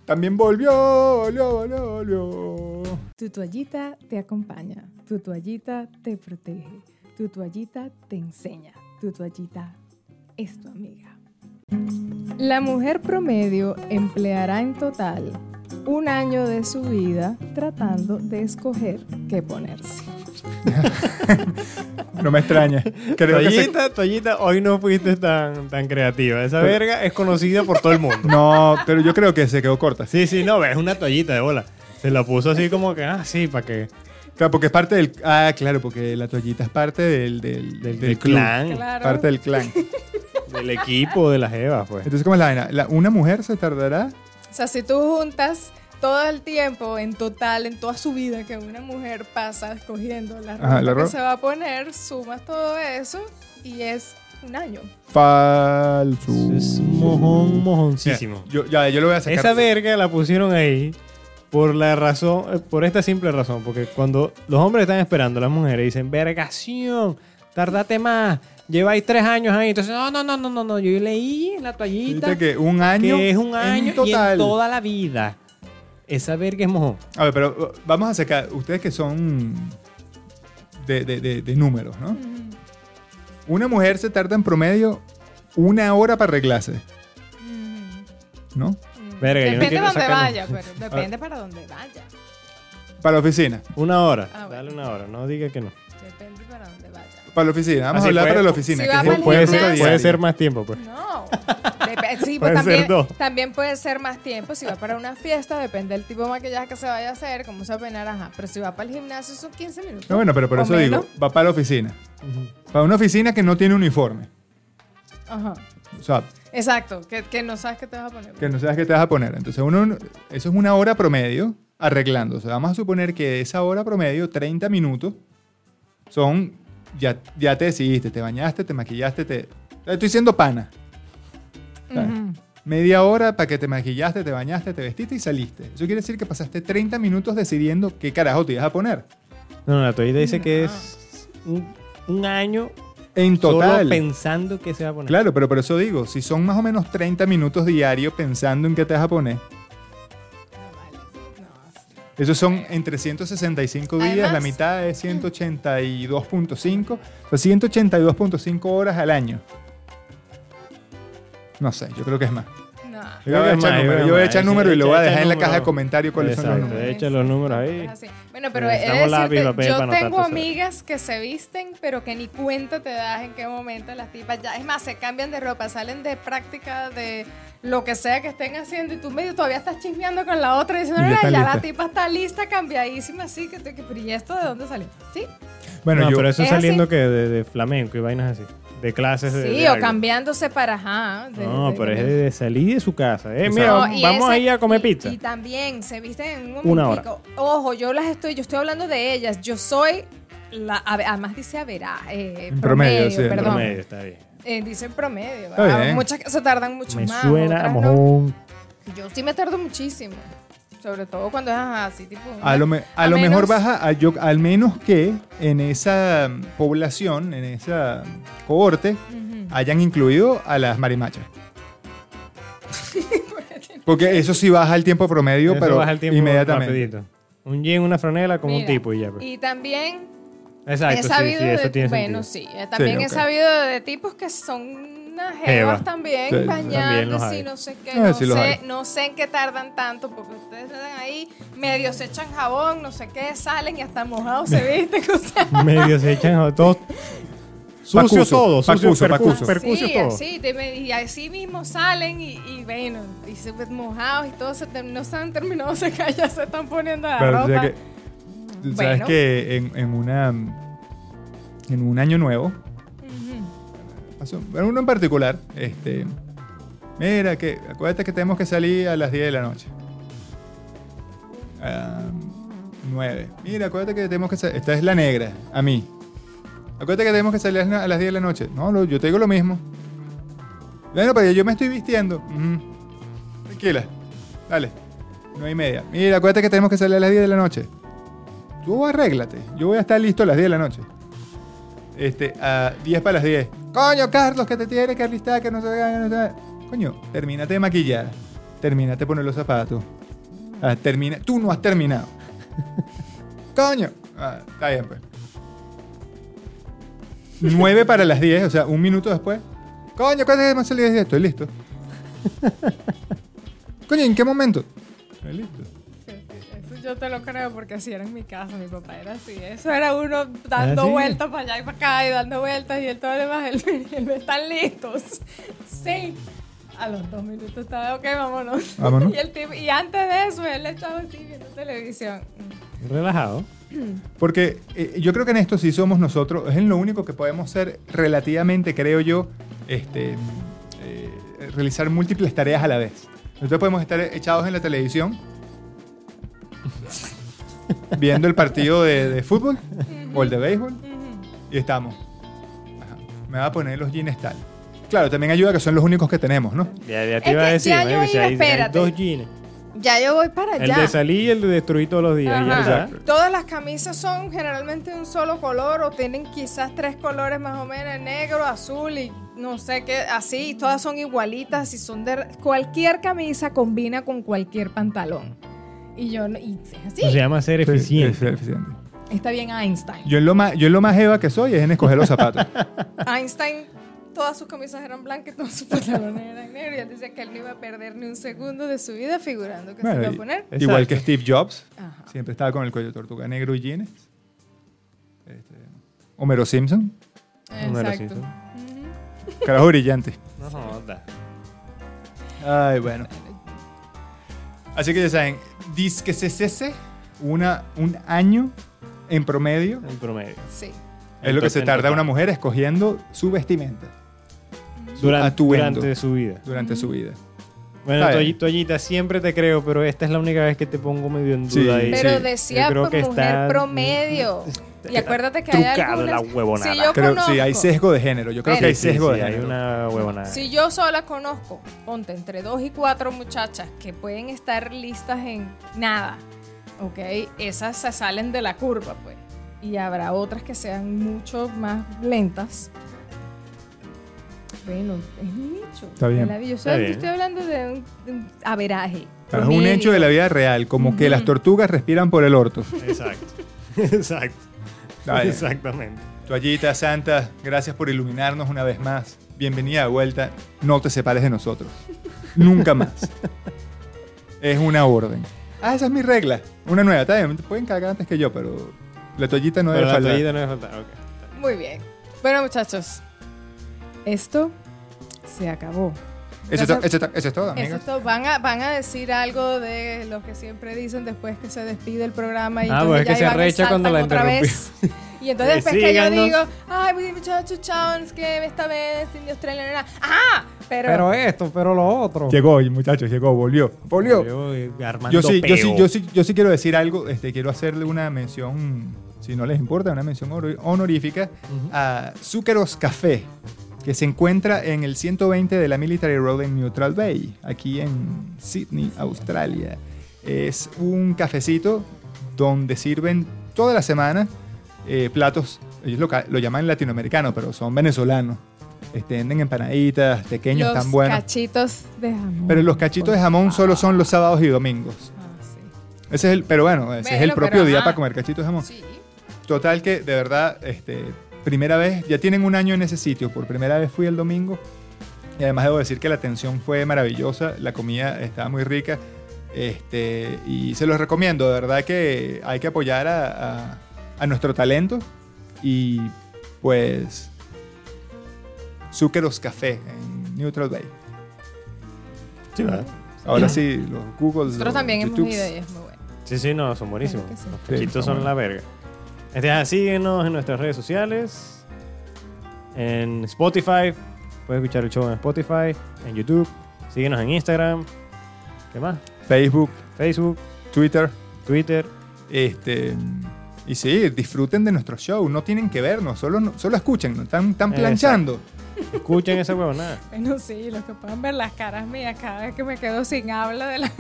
Speaker 2: También volvió, volvió, volvió, volvió.
Speaker 1: Tu toallita te acompaña, tu toallita te protege, tu toallita te enseña, tu toallita es tu amiga. La mujer promedio empleará en total un año de su vida tratando de escoger qué ponerse.
Speaker 2: No me extraña. Creo que se-
Speaker 3: toallita, toallita, hoy no fuiste tan, tan creativa. Esa
Speaker 2: Pero-
Speaker 3: verga es conocida por todo el mundo.
Speaker 2: No, pero yo creo que se quedó corta. sí.
Speaker 3: Sí, sí, no, es una toallita de bola. Se la puso así como que, ah, sí, para que...
Speaker 2: Claro, porque es parte del. Ah, claro, porque la toallita es parte del, del,
Speaker 3: Del,
Speaker 2: del
Speaker 3: del
Speaker 2: club,
Speaker 3: clan,
Speaker 2: Parte del clan.
Speaker 3: del equipo, de las evas, pues.
Speaker 2: Entonces, ¿cómo es la vaina? La- una mujer se tardará.
Speaker 1: O sea, si tú juntas todo el tiempo, en total, en toda su vida que una mujer pasa escogiendo la ropa
Speaker 2: Ajá, la
Speaker 1: que
Speaker 2: ropa.
Speaker 1: se va a poner, sumas todo eso y es un año.
Speaker 2: Falso.
Speaker 3: Es mojón, mojoncísimo.
Speaker 2: Yo, ya, yo lo voy a sacar.
Speaker 3: Esa verga la pusieron ahí por la razón, eh, por esta simple razón, porque cuando los hombres están esperando, las mujeres dicen, vergación, tardate más, lleváis tres años ahí, entonces, no, no, no, no, no, no, yo leí en la toallita
Speaker 2: Dijiste
Speaker 3: que,
Speaker 2: que un año.
Speaker 3: es un año y en
Speaker 2: total.
Speaker 3: toda la vida. Esa verga es mojón.
Speaker 2: A ver, pero uh, vamos a sacar. Ustedes que son. De, de- de- de números, ¿no? Una mujer se tarda en promedio una hora para arreglarse, ¿no?
Speaker 3: Verga,
Speaker 1: Mm.
Speaker 3: yo no
Speaker 1: depende
Speaker 3: quiero
Speaker 1: dónde
Speaker 3: sacarlo.
Speaker 1: vaya, pero
Speaker 2: Ah.
Speaker 1: depende para dónde vaya.
Speaker 2: Para la oficina.
Speaker 3: Una hora,
Speaker 1: Ah, bueno.
Speaker 3: dale una hora, no diga que no.
Speaker 1: Depende para dónde vaya.
Speaker 2: Para la oficina. Vamos
Speaker 3: Así
Speaker 2: a hablar
Speaker 3: puede-
Speaker 2: para la
Speaker 1: Si
Speaker 2: oficina. que
Speaker 1: va
Speaker 2: es
Speaker 1: para
Speaker 2: el
Speaker 1: el
Speaker 3: Puede
Speaker 2: punto
Speaker 1: gimnasio-
Speaker 3: ser,
Speaker 2: diario.
Speaker 3: puede ser más tiempo, pues.
Speaker 1: No. Dep- sí, pues
Speaker 3: Pueden ser
Speaker 1: también,
Speaker 3: dos.
Speaker 1: también puede ser más tiempo. Si va para una fiesta, depende del tipo de maquillaje que se vaya a hacer, cómo se va a peinar, ajá. Pero si va para el gimnasio, son 15 minutos.
Speaker 2: No, Ah, bueno, pero por
Speaker 1: o
Speaker 2: eso
Speaker 1: menos.
Speaker 2: digo, va para la oficina.
Speaker 3: Ujú.
Speaker 2: Para una oficina que no tiene uniforme.
Speaker 1: Ajá.
Speaker 2: O sea,
Speaker 1: Exacto, que, que no sabes qué te vas a poner.
Speaker 2: que no sabes qué te vas a poner. Entonces, uno, eso es una hora promedio arreglándose. Vamos a suponer que de esa hora promedio, 30 minutos, son, ya, ya te decidiste, te bañaste, te maquillaste, te... Estoy siendo pana. Ah.
Speaker 1: Ujú.
Speaker 2: Media hora para que te maquillaste, te bañaste, te vestiste y saliste. Eso quiere decir que pasaste 30 minutos decidiendo qué carajo te ibas a poner.
Speaker 3: No, no, la toallita dice que
Speaker 1: Mm, No.
Speaker 3: es un, un año
Speaker 2: En
Speaker 3: solo
Speaker 2: total.
Speaker 3: pensando que se va a poner.
Speaker 2: Claro, pero por eso digo, si son más o menos 30 minutos diarios pensando en qué te vas a poner,
Speaker 1: No, vale. No, sí.
Speaker 2: esos son entre 165 días, la
Speaker 1: Además-
Speaker 2: mitad es 182.5, o sea, 182.5 horas al año. No sé, yo creo que es más.
Speaker 1: No.
Speaker 2: Yo, voy a
Speaker 3: Yo creo que es
Speaker 2: echar
Speaker 3: más,
Speaker 2: número, yo
Speaker 3: yo creo
Speaker 2: voy a
Speaker 3: más.
Speaker 2: echar número y lo
Speaker 3: Echa-
Speaker 2: voy a
Speaker 3: echa
Speaker 2: dejar en la
Speaker 3: número.
Speaker 2: caja de comentarios cuáles son los
Speaker 3: Exacto.
Speaker 2: números.
Speaker 3: Te echa los números ahí.
Speaker 1: Es así. Bueno, pero he
Speaker 3: Necesitamos
Speaker 1: de
Speaker 3: lápiz,
Speaker 1: decirte,
Speaker 3: papel para
Speaker 1: yo
Speaker 3: anotar
Speaker 1: tengo
Speaker 3: todo eso.
Speaker 1: amigas que se visten, pero que ni cuenta te das en qué momento las tipas ya. Es más, se cambian de ropa, salen de práctica de lo que sea que estén haciendo y tú medio todavía estás chismeando con la otra diciendo,
Speaker 2: Y ya
Speaker 1: no,
Speaker 2: está
Speaker 1: ya la
Speaker 2: lista".
Speaker 1: tipa está lista, cambiadísima, así que, tú- que pero ¿y esto de dónde salió? ¿Sí?
Speaker 2: Bueno,
Speaker 3: no,
Speaker 2: yo,
Speaker 3: pero eso
Speaker 1: Es
Speaker 3: saliendo
Speaker 1: así.
Speaker 3: que de, de flamenco y vainas así. De clases de.
Speaker 1: Sí,
Speaker 3: de
Speaker 1: o
Speaker 3: algo.
Speaker 1: cambiándose para ajá. de-
Speaker 3: No,
Speaker 1: de-
Speaker 3: pero
Speaker 1: de-
Speaker 3: es de, de salir de su casa. Eh,
Speaker 2: Exacto.
Speaker 3: mira,
Speaker 1: No, y
Speaker 3: vamos
Speaker 1: ese-
Speaker 3: ahí a comer
Speaker 1: y-
Speaker 3: pizza.
Speaker 1: Y, también se visten en un
Speaker 3: Una
Speaker 1: momentico. Ojo, yo las estoy, yo estoy hablando de ellas. Yo soy la, a- además dice verá eh,
Speaker 2: En promedio,
Speaker 1: promedio,
Speaker 2: sí, en
Speaker 1: perdón.
Speaker 3: Promedio, está bien.
Speaker 1: Eh, dicen promedio.
Speaker 2: Está
Speaker 1: ¿verdad?
Speaker 2: bien.
Speaker 1: Muchas que se tardan mucho
Speaker 3: Me
Speaker 1: más.
Speaker 3: suena a
Speaker 1: otras no.
Speaker 3: mojón.
Speaker 1: Yo sí me tardo muchísimo. Sobre todo cuando es ajá, así tipo.
Speaker 2: A lo, me- a
Speaker 1: A
Speaker 2: lo
Speaker 1: menos-
Speaker 2: mejor baja, a- yo- al menos que en esa mm, población, en esa mm, cohorte,
Speaker 1: Ujú.
Speaker 2: hayan incluido a las marimachas. Porque eso sí baja el tiempo promedio,
Speaker 3: Eso
Speaker 2: pero
Speaker 3: baja el tiempo
Speaker 2: inmediatamente.
Speaker 3: rapidito. Un jean, una franela, como un
Speaker 1: Mira,
Speaker 3: tipo y ya. pues.
Speaker 1: Y también
Speaker 3: Exacto,
Speaker 1: he
Speaker 3: sí,
Speaker 1: sabido
Speaker 3: sí, eso
Speaker 1: de,
Speaker 3: tiene
Speaker 1: bueno,
Speaker 3: sentido.
Speaker 1: sí, eh, también he
Speaker 2: ok.
Speaker 1: sabido de tipos que son unas jevas
Speaker 3: Jeva.
Speaker 1: también,
Speaker 2: Sí, sí.
Speaker 3: También los
Speaker 1: bañándose
Speaker 3: hay.
Speaker 1: y no sé qué,
Speaker 2: Ah,
Speaker 1: no,
Speaker 2: sí los
Speaker 1: sé,
Speaker 2: hay.
Speaker 1: no sé en qué tardan tanto, porque ustedes están ahí, medio se echan jabón, no sé qué, salen y hasta mojados se visten, o sea,
Speaker 3: Medio se echan a todos. Sucio
Speaker 2: Pacuso,
Speaker 3: todo, sucio,
Speaker 2: pacuso,
Speaker 3: percu-
Speaker 2: pacuso.
Speaker 3: percucio
Speaker 1: así,
Speaker 3: todo.
Speaker 1: así, te me- y así mismo salen y, y bueno, y se ven mojados y todo, se ter- no se han terminado de secar, ya se están poniendo la
Speaker 2: Pero,
Speaker 1: ropa.
Speaker 2: o sea que- tú sabes
Speaker 1: Bueno.
Speaker 2: que en, en una en un año nuevo,
Speaker 1: Ujú.
Speaker 2: pasó- bueno, uno en particular, este, mira que acuérdate que tenemos que salir a las 10 de la noche. Ah, 9. Mira, acuérdate que tenemos que salir. Esta es la negra, a mí. Acuérdate que tenemos que salir a las 10 de la noche. No, lo- yo te digo lo mismo. Bueno, pero yo me estoy vistiendo. Ujú. Tranquila. Dale. 9 y media. Mira, acuérdate que tenemos que salir a las 10 de la noche. Tú arréglate. Yo voy a estar listo a las 10 de la noche. Este, a 10 para las 10. Coño, Carlos, que te tienes que alistar, que no se haga, no se haga. Coño, termínate de maquillar. Termínate de poner los zapatos. Ah, termina. Tú no has terminado. Coño. Ah, está bien, pues. 9 para las 10, o sea, un minuto después. Coño, ¿cuándo es que me salió de esto? Listo. Coño, ¿en qué momento? Estoy Listo.
Speaker 1: Sí, sí, Eso yo te lo creo porque así era en mi casa, mi papá era así. Eso era uno dando
Speaker 3: ¿Ah, sí?
Speaker 1: vueltas para allá y para acá y dando vueltas y él todo lo demás, él, él, están listos. Sí. A los dos minutos estaba, ok, vámonos.
Speaker 2: Vámonos.
Speaker 1: Y, el tipo- y antes de eso, él estaba así viendo televisión.
Speaker 3: Relajado.
Speaker 2: Porque eh, yo creo que en esto sí somos nosotros, es en lo único que podemos ser relativamente, creo yo, este, eh, realizar múltiples tareas a la vez. Nosotros podemos estar echados en la televisión viendo el partido de, de fútbol o el de béisbol
Speaker 1: Ujú.
Speaker 2: y estamos. Ajá, me va a poner los jeans tal. Claro, también ayuda que son los únicos que tenemos, ¿no?
Speaker 3: Ya, ya
Speaker 1: Es
Speaker 3: te iba a
Speaker 1: que
Speaker 3: decir,
Speaker 1: ya
Speaker 3: marico,
Speaker 1: yo
Speaker 3: si
Speaker 1: iba,
Speaker 3: hay- hay
Speaker 1: espérate.
Speaker 3: dos jeans.
Speaker 1: Ya yo voy para
Speaker 3: El
Speaker 1: allá.
Speaker 3: de salir y el de destruir todos los días.
Speaker 1: Ajá.
Speaker 3: ya, ya.
Speaker 2: Exacto.
Speaker 1: Todas las camisas son generalmente de un solo color o tienen quizás tres colores más o menos, negro, azul y no sé qué, así, y todas son igualitas y son de... Cualquier camisa combina con cualquier pantalón. Y yo, no- y es así,
Speaker 3: Eso se llama ser eficiente.
Speaker 2: Sí, sí, eficiente.
Speaker 1: está bien Einstein.
Speaker 2: Yo en lo más, yo en lo más eva que soy es en escoger los zapatos.
Speaker 1: Einstein, todas sus camisas eran blancas y todos sus pantalones eran negros y él decía que él no iba a perder ni un segundo de su vida figurando que se
Speaker 2: Bueno,
Speaker 1: iba a
Speaker 2: y-
Speaker 1: poner.
Speaker 2: igual que Steve Jobs.
Speaker 1: Ajá.
Speaker 2: Siempre estaba con el cuello de tortuga negro y jeans. Este, Homero Simpson.
Speaker 3: Homero
Speaker 1: Exacto.
Speaker 3: Simpson.
Speaker 1: Ujú.
Speaker 2: Carajo brillante.
Speaker 3: No, no, da.
Speaker 2: Ay, bueno. Así que ya saben, disque se cese una, un año en promedio.
Speaker 3: En promedio.
Speaker 1: Sí.
Speaker 2: Es lo que se
Speaker 3: Entonces,
Speaker 2: tarda
Speaker 3: no.
Speaker 2: una mujer escogiendo su vestimenta
Speaker 3: Durante,
Speaker 2: atuendo.
Speaker 3: durante su vida.
Speaker 2: durante su vida.
Speaker 3: Bueno,
Speaker 2: Está bien.
Speaker 3: toll- toallita, siempre te creo, pero esta es la única vez que te pongo medio en
Speaker 2: Sí.
Speaker 3: duda. ahí.
Speaker 2: Sí.
Speaker 1: Pero
Speaker 2: yo
Speaker 1: decía
Speaker 3: creo
Speaker 1: por
Speaker 3: que
Speaker 1: mujer
Speaker 3: está-
Speaker 1: promedio.
Speaker 2: Este,
Speaker 1: Y acuérdate que hay
Speaker 3: trucado
Speaker 1: algunas...
Speaker 3: la huevonada.
Speaker 1: Si yo
Speaker 2: Creo,
Speaker 1: conozco,
Speaker 2: sí, hay sesgo de género. Yo creo que hay
Speaker 3: Sí,
Speaker 2: sesgo
Speaker 3: sí,
Speaker 2: de
Speaker 3: hay
Speaker 2: género.
Speaker 3: una huevonada.
Speaker 1: si yo sola conozco, ponte entre dos y cuatro muchachas que pueden estar listas en nada, ¿ok? Esas se salen de la curva, pues. Y habrá otras que sean mucho más lentas. Bueno, es un hecho.
Speaker 2: Está bien.
Speaker 1: Yo,
Speaker 3: Está
Speaker 1: solo
Speaker 3: bien.
Speaker 1: estoy hablando de un, de un averaje.
Speaker 2: Pero es un
Speaker 1: promedio.
Speaker 2: hecho de la vida real, como que
Speaker 3: Mm.
Speaker 2: las tortugas respiran por el orto.
Speaker 3: Exacto. Exacto.
Speaker 2: Está bien.
Speaker 3: Exactamente.
Speaker 2: Toallita Santa, gracias por iluminarnos una vez más. Bienvenida de vuelta. No te separes de nosotros. Nunca más. Es una orden. Ah, esa es mi regla. Una nueva. Está bien, pueden cagar antes que yo, pero la toallita no
Speaker 3: Pero
Speaker 2: debe
Speaker 3: la
Speaker 2: faltar.
Speaker 3: toallita no debe faltar. ok.
Speaker 1: Muy bien. Bueno, muchachos, esto se acabó.
Speaker 2: Eso, es to-
Speaker 1: Gracias.
Speaker 2: eso es to- eso es todo,
Speaker 1: Eso
Speaker 2: amigos.
Speaker 1: es todo. van, a, van a decir algo de lo que siempre dicen después que se despide el programa. Y
Speaker 3: Ah,
Speaker 1: entonces
Speaker 3: pues es
Speaker 1: ya
Speaker 3: que se
Speaker 1: Iván
Speaker 3: arrecha
Speaker 1: saltan
Speaker 3: cuando la
Speaker 1: otra vez. Y entonces
Speaker 3: Eh,
Speaker 1: después que yo
Speaker 3: síganos.
Speaker 1: digo, ay, pues, muchachos, chao, es que esta vez Indio Australia, na, na, na". ¡Ah! Pero,
Speaker 3: Pero esto, pero lo otro.
Speaker 2: Llegó, muchachos, llegó, volvió. Volvió.
Speaker 3: Yo, Armando
Speaker 2: Yo sí, yo, sí,
Speaker 3: Peo.
Speaker 2: yo, sí, yo sí quiero decir algo, este, quiero hacerle una mención, si no les importa, una mención honor- honorífica a Zúqueros Café, que se encuentra en el 120 de la Military Road en Neutral Bay, aquí en Sydney, Australia. Es un cafecito donde sirven toda la semana eh, platos, ellos lo, ca- lo llaman latinoamericano, pero son venezolanos. Este, venden empanaditas, pequeños,
Speaker 1: los
Speaker 2: tan buenos.
Speaker 1: cachitos de jamón.
Speaker 2: Pero los cachitos de jamón solo son los sábados y domingos.
Speaker 1: Ah, sí.
Speaker 2: Ese es el, pero bueno, ese es
Speaker 1: Bueno,
Speaker 2: el propio
Speaker 1: pero
Speaker 2: día
Speaker 1: ajá.
Speaker 2: para comer cachitos de jamón.
Speaker 1: Sí.
Speaker 2: Total que, de verdad, este, primera vez, ya tienen un año en ese sitio, por primera vez fui el domingo y además debo decir que la atención fue maravillosa, la comida estaba muy rica este, y se los recomiendo, de verdad que hay que apoyar a, a- a nuestro talento y pues Zúqueros Café en Neutral Bay.
Speaker 3: Sí, ¿verdad?
Speaker 2: Ahora sí, los Google.
Speaker 1: Nosotros
Speaker 2: los
Speaker 1: también hemos
Speaker 2: YouTubes.
Speaker 1: ido y es muy bueno.
Speaker 3: Sí, sí, no, son buenísimos.
Speaker 1: Claro que sí.
Speaker 3: Los
Speaker 2: Sí,
Speaker 3: pechitos
Speaker 2: está
Speaker 3: son la verga. Este, ah, síguenos en nuestras redes sociales. En Spotify. Puedes escuchar el show en Spotify, en YouTube. Síguenos en Instagram. ¿Qué más?
Speaker 2: Facebook,
Speaker 3: Facebook,
Speaker 2: Twitter.
Speaker 3: Twitter.
Speaker 2: Este, y sí, disfruten de nuestro show. No tienen que vernos, solo, solo escuchen. ¿no? Están, están
Speaker 3: Exacto.
Speaker 2: planchando.
Speaker 3: Escuchen esa huevonada.
Speaker 1: Bueno, sí, los que puedan ver las caras mías cada vez que me quedo sin habla de, la-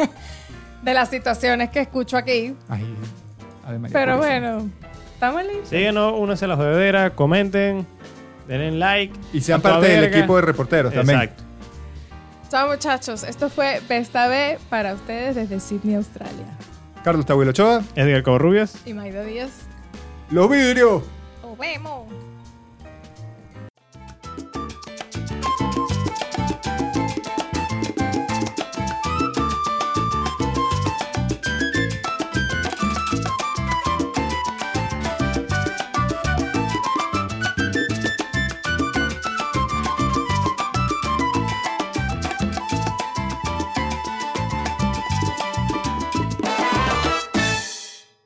Speaker 1: de las situaciones que escucho aquí.
Speaker 2: Ay, Ave María
Speaker 1: Pero
Speaker 2: Purísima.
Speaker 1: bueno, estamos listos.
Speaker 3: Síguenos, únanse a la bebederas, comenten, denle like.
Speaker 2: Y sean
Speaker 3: a toda
Speaker 2: parte del
Speaker 3: verga.
Speaker 2: equipo de reporteros también.
Speaker 3: Exacto.
Speaker 1: Chao muchachos, esto fue Pesta B para ustedes desde Sydney, Australia.
Speaker 2: Carlos Tabuelo Ochoa,
Speaker 3: Edgar Covarrubias.
Speaker 1: Y Maida Díaz,
Speaker 2: los vidrios.
Speaker 1: nos vemos.